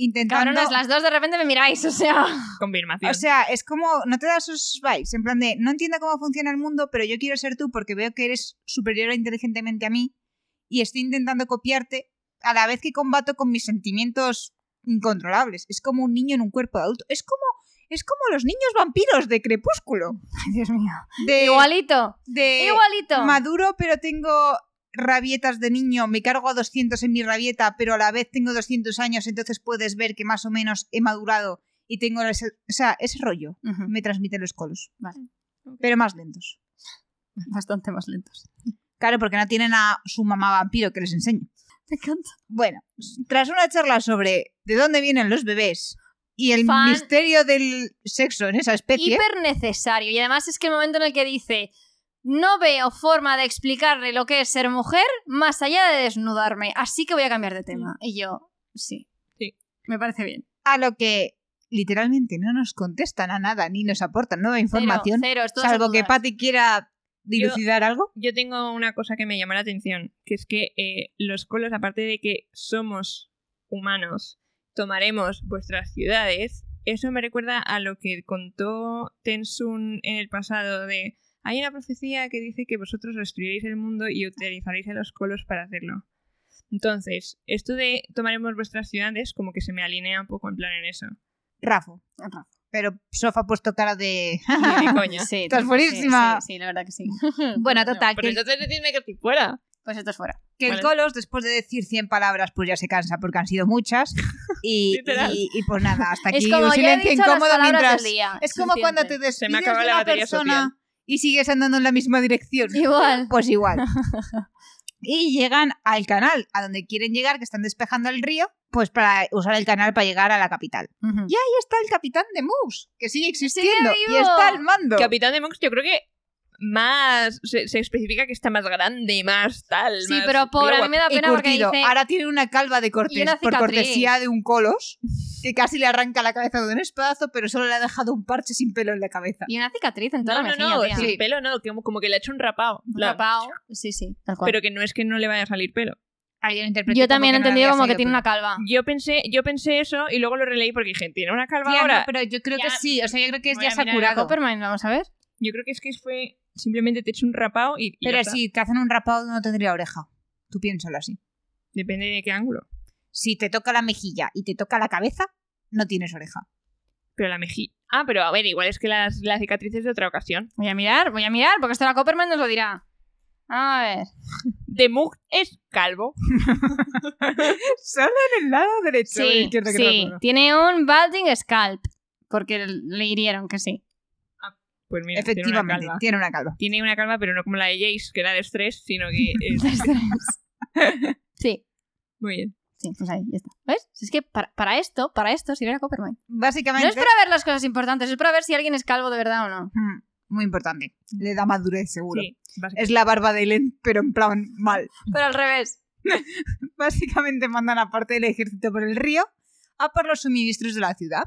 [SPEAKER 2] Intentando...
[SPEAKER 1] Cabronas, las dos de repente me miráis, o sea.
[SPEAKER 3] Confirmación.
[SPEAKER 2] O sea, es como, no te da esos vibes, en plan de, no entiendo cómo funciona el mundo, pero yo quiero ser tú porque veo que eres superior inteligentemente a mí y estoy intentando copiarte a la vez que combato con mis sentimientos incontrolables. Es como un niño en un cuerpo de adulto. Es como, es como los niños vampiros de Crepúsculo.
[SPEAKER 1] Ay, Dios mío.
[SPEAKER 2] De,
[SPEAKER 1] Igualito.
[SPEAKER 2] de
[SPEAKER 1] Igualito.
[SPEAKER 2] maduro, pero tengo rabietas de niño. Me cargo a 200 en mi rabieta, pero a la vez tengo 200 años, entonces puedes ver que más o menos he madurado y tengo ese, o sea, ese rollo.
[SPEAKER 1] Ujú,
[SPEAKER 2] Me transmiten los colos.
[SPEAKER 1] Vale.
[SPEAKER 2] Pero más lentos.
[SPEAKER 1] Bastante más lentos.
[SPEAKER 2] Claro, porque no tienen a su mamá vampiro que les enseñe.
[SPEAKER 1] Me encanta.
[SPEAKER 2] Bueno, tras una charla sobre de dónde vienen los bebés y el
[SPEAKER 1] Fan-
[SPEAKER 2] misterio del sexo en esa especie,
[SPEAKER 1] Hiper necesario. Y además es que el momento en el que dice. No veo forma de explicarle lo que es ser mujer más allá de desnudarme, así que voy a cambiar de tema. Y yo, sí.
[SPEAKER 3] Sí.
[SPEAKER 1] Me parece bien.
[SPEAKER 2] a lo que literalmente no nos contestan a nada ni nos aportan nueva
[SPEAKER 1] Cero,
[SPEAKER 2] información,
[SPEAKER 1] Cero, es todo
[SPEAKER 2] salvo
[SPEAKER 1] sin
[SPEAKER 2] que
[SPEAKER 1] dudas.
[SPEAKER 2] Patty quiera dilucidar algo.
[SPEAKER 3] Yo tengo una cosa que me llama la atención, que es que eh, los colos, aparte de que somos humanos, tomaremos vuestras ciudades, eso me recuerda a lo que contó Tensun en el pasado de hay una profecía que dice que vosotros destruiréis el mundo y utilizaréis a los colos para hacerlo. Entonces, esto de tomaremos vuestras ciudades como que se me alinea un poco en plan en eso.
[SPEAKER 2] Rafa.
[SPEAKER 1] Rafa.
[SPEAKER 2] Pero Sofa ha puesto cara de...
[SPEAKER 3] Ni de coña.
[SPEAKER 1] Sí,
[SPEAKER 2] Estás
[SPEAKER 1] sí,
[SPEAKER 2] buenísima.
[SPEAKER 1] Sí, sí, la verdad que sí.
[SPEAKER 2] bueno, total,
[SPEAKER 3] Pero
[SPEAKER 2] que,
[SPEAKER 3] entonces decidme que estoy fuera.
[SPEAKER 1] Pues esto es fuera.
[SPEAKER 2] que el
[SPEAKER 3] vale.
[SPEAKER 2] Colos, después de decir 100 palabras, pues ya se cansa porque han sido muchas. Y,
[SPEAKER 3] Literal.
[SPEAKER 2] y- y pues nada, hasta aquí
[SPEAKER 1] es como
[SPEAKER 2] un
[SPEAKER 1] ya he
[SPEAKER 2] silencio
[SPEAKER 1] dicho las
[SPEAKER 2] incómodo
[SPEAKER 1] palabras
[SPEAKER 2] mientras...
[SPEAKER 1] del día.
[SPEAKER 2] Es como cuando te
[SPEAKER 1] Suficiente.
[SPEAKER 2] despides
[SPEAKER 3] Se me ha
[SPEAKER 2] de
[SPEAKER 3] acabado la
[SPEAKER 2] una
[SPEAKER 3] batería
[SPEAKER 2] persona
[SPEAKER 3] social.
[SPEAKER 2] y sigues andando en la misma dirección.
[SPEAKER 1] Igual.
[SPEAKER 2] Pues igual. y llegan al canal, a donde quieren llegar, que están despejando el río, pues para usar el canal para llegar a la capital. Y ahí está el capitán de Moose, que sigue existiendo y
[SPEAKER 1] vivo!
[SPEAKER 2] está al mando.
[SPEAKER 3] Capitán de Monks, yo creo que más se, se especifica que está más grande, más tal.
[SPEAKER 1] Sí,
[SPEAKER 3] más
[SPEAKER 1] pero pobre, a mí
[SPEAKER 3] globo.
[SPEAKER 1] me da
[SPEAKER 2] Y
[SPEAKER 1] pena porque
[SPEAKER 2] curtido.
[SPEAKER 1] dice...
[SPEAKER 2] Ahora tiene una calva de cortés
[SPEAKER 1] Y una
[SPEAKER 2] por
[SPEAKER 1] cicatriz.
[SPEAKER 2] cortesía de un colos que casi le arranca la cabeza de un espadazo, pero solo le ha dejado un parche sin pelo en la cabeza.
[SPEAKER 1] Y una cicatriz en toda
[SPEAKER 3] No,
[SPEAKER 1] la
[SPEAKER 3] no,
[SPEAKER 1] mejilla,
[SPEAKER 3] no,
[SPEAKER 1] tía.
[SPEAKER 3] sin
[SPEAKER 2] Sí.
[SPEAKER 3] pelo no, que como, como que le ha hecho un rapado. en plan,
[SPEAKER 1] Rapao. Sí, sí, tal cual.
[SPEAKER 3] Pero que no es que no le vaya a salir pelo.
[SPEAKER 2] Alguien interpretó
[SPEAKER 1] Yo también he
[SPEAKER 2] como que no le
[SPEAKER 1] entendido
[SPEAKER 2] había
[SPEAKER 1] como que
[SPEAKER 2] salido
[SPEAKER 1] tiene
[SPEAKER 2] pelo.
[SPEAKER 1] una calva.
[SPEAKER 3] Yo pensé, yo pensé eso y luego lo releí porque dije, tiene una calva
[SPEAKER 2] Tía, no,
[SPEAKER 3] ahora.
[SPEAKER 2] pero yo creo
[SPEAKER 3] Ya-
[SPEAKER 2] que sí, o sea, yo creo que es
[SPEAKER 3] Voy
[SPEAKER 2] ya
[SPEAKER 3] a mirar
[SPEAKER 2] saturado.
[SPEAKER 1] Coppermine, vamos a ver.
[SPEAKER 3] Yo creo que es que fue simplemente te he hecho un rapado y, y ya
[SPEAKER 2] Pero
[SPEAKER 3] está.
[SPEAKER 2] si te hacen un rapado no tendría oreja. Tú piénsalo así.
[SPEAKER 3] depende de qué ángulo.
[SPEAKER 2] Si te toca la mejilla y te toca la cabeza, no tienes oreja.
[SPEAKER 3] Pero la mejilla. Ah, pero a ver, igual es que las, las cicatrices de otra ocasión.
[SPEAKER 1] Voy a mirar, voy a mirar, porque esto la Coppermine nos lo dirá. A ver.
[SPEAKER 3] De Mug es calvo.
[SPEAKER 2] Solo en el lado derecho eh,
[SPEAKER 1] Sí, sí. Tiene un balding scalp. Porque le hirieron que sí.
[SPEAKER 3] Pues mira,
[SPEAKER 2] Efectivamente,
[SPEAKER 3] Tiene una calva.
[SPEAKER 2] tiene una calva.
[SPEAKER 3] Tiene una calva, pero no como la de Jace, que era de estrés, sino que es-
[SPEAKER 1] sí,
[SPEAKER 3] Muy bien.
[SPEAKER 1] sí, pues ahí, ya está. ¿Ves? Si Es que para, para esto, para esto sirve la Coppermine. No
[SPEAKER 2] Básicamente,
[SPEAKER 1] es para ver las cosas importantes, es para ver si alguien es calvo de verdad o no.
[SPEAKER 2] mm, muy importante. Le da madurez, seguro.
[SPEAKER 3] Sí, básicamente.
[SPEAKER 2] Es la barba de Elen, pero en plan mal.
[SPEAKER 1] Pero al revés.
[SPEAKER 2] Básicamente mandan a parte del ejército por el río a por los suministros de la ciudad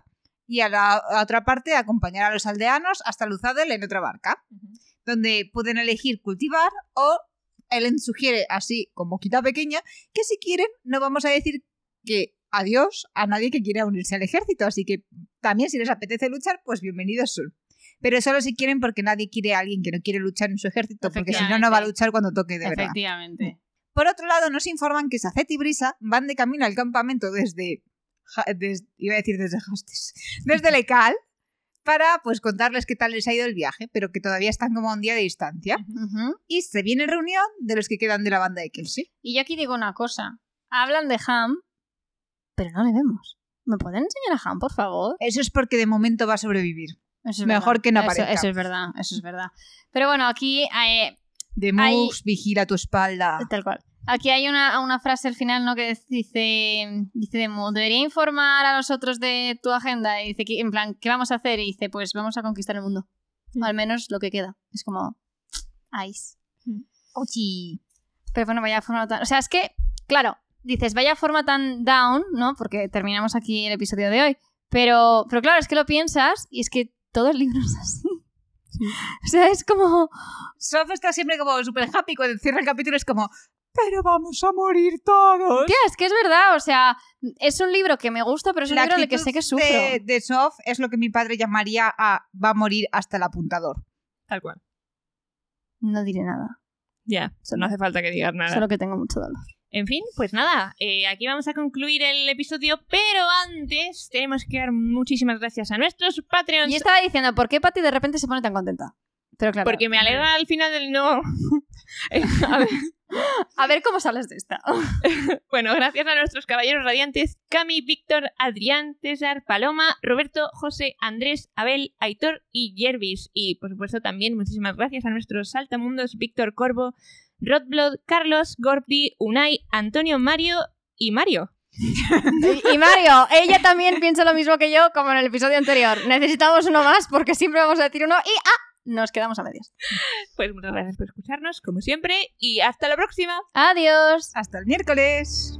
[SPEAKER 2] y a la a otra parte a acompañar a los aldeanos hasta Luzadel en otra barca,
[SPEAKER 3] Ujú.
[SPEAKER 2] donde pueden elegir cultivar o Ellen sugiere, así con boquita pequeña, que si quieren no vamos a decir que adiós a nadie que quiera unirse al ejército, así que también si les apetece luchar, pues bienvenidos son. Pero solo si quieren porque nadie quiere a alguien que no quiere luchar en su ejército, porque si no, no va a
[SPEAKER 1] Efectivamente.
[SPEAKER 2] luchar cuando toque de verdad.
[SPEAKER 1] Efectivamente.
[SPEAKER 2] Por otro lado, nos informan que Sacet y Brisa van de camino al campamento desde, Ja- des- iba a decir desde Hostes, desde Lecal, para pues contarles qué tal les ha ido el viaje, pero que todavía están como a un día de distancia.
[SPEAKER 1] Ujú.
[SPEAKER 2] Y se viene reunión de los que quedan de la banda de Kelsey.
[SPEAKER 1] Y yo aquí digo una cosa. Hablan de Ham, pero no le vemos. ¿Me pueden enseñar a Ham, por favor?
[SPEAKER 2] Eso es porque de momento va a sobrevivir.
[SPEAKER 1] Eso es
[SPEAKER 2] Mejor
[SPEAKER 1] verdad.
[SPEAKER 2] que no
[SPEAKER 1] Eso-
[SPEAKER 2] aparezca.
[SPEAKER 1] Eso, es verdad, eso es verdad. Pero bueno, aquí eh,
[SPEAKER 2] De
[SPEAKER 1] Ahí-
[SPEAKER 2] Moogs, vigila tu espalda.
[SPEAKER 1] Tal cual. Aquí hay una, una frase al final, ¿no? Que dice, dice de Mood, debería informar a los otros de tu agenda. Y dice, que, en plan, ¿qué vamos a hacer? Y dice, pues vamos a conquistar el mundo. O al menos lo que queda. Es como, ice.
[SPEAKER 2] Ochi.
[SPEAKER 1] Pero bueno, vaya forma tan... O sea, es que, claro, dices, vaya forma tan down, ¿no? Porque terminamos aquí el episodio de hoy. Pero, pero claro, es que lo piensas y es que todo el libro es así. O sea, es como...
[SPEAKER 2] Soph está siempre como súper happy cuando cierra el capítulo, es como, pero vamos a morir todos.
[SPEAKER 1] Tía, es que es verdad, o sea, es un libro que me gusta, pero es un
[SPEAKER 2] La
[SPEAKER 1] libro en el que
[SPEAKER 2] actitud
[SPEAKER 1] sé que sufro.
[SPEAKER 2] De, de Sof es lo que mi padre llamaría a va a morir hasta el apuntador.
[SPEAKER 3] Tal cual.
[SPEAKER 1] No diré nada,
[SPEAKER 3] Ya,
[SPEAKER 1] Solo-
[SPEAKER 3] no hace falta que digas nada.
[SPEAKER 1] solo que tengo mucho dolor.
[SPEAKER 3] En fin, pues nada, eh, aquí vamos a concluir el episodio, pero antes tenemos que dar muchísimas gracias a nuestros Patreons.
[SPEAKER 1] Y estaba diciendo, ¿por qué Patty de repente se pone tan contenta? Pero claro,
[SPEAKER 3] Porque me alegra al final del no. Eh, a ver,
[SPEAKER 1] a ver cómo sales de esta.
[SPEAKER 3] bueno, gracias a nuestros caballeros radiantes: Cami, Víctor, Adrián, César, Paloma, Roberto, José, Andrés, Abel, Aitor y Jervis. Y por supuesto, también muchísimas gracias a nuestros saltamundos: Víctor Corvo, Rodblood, Carlos, Gordy, Unai, Antonio, Mario y Mario.
[SPEAKER 1] Y Mario, ella también piensa lo mismo que yo, como en el episodio anterior. Necesitamos uno más porque siempre vamos a decir uno y ¡ah! Nos quedamos a medias.
[SPEAKER 3] Pues muchas gracias por escucharnos, como siempre, y hasta la próxima.
[SPEAKER 1] Adiós.
[SPEAKER 2] Hasta el miércoles.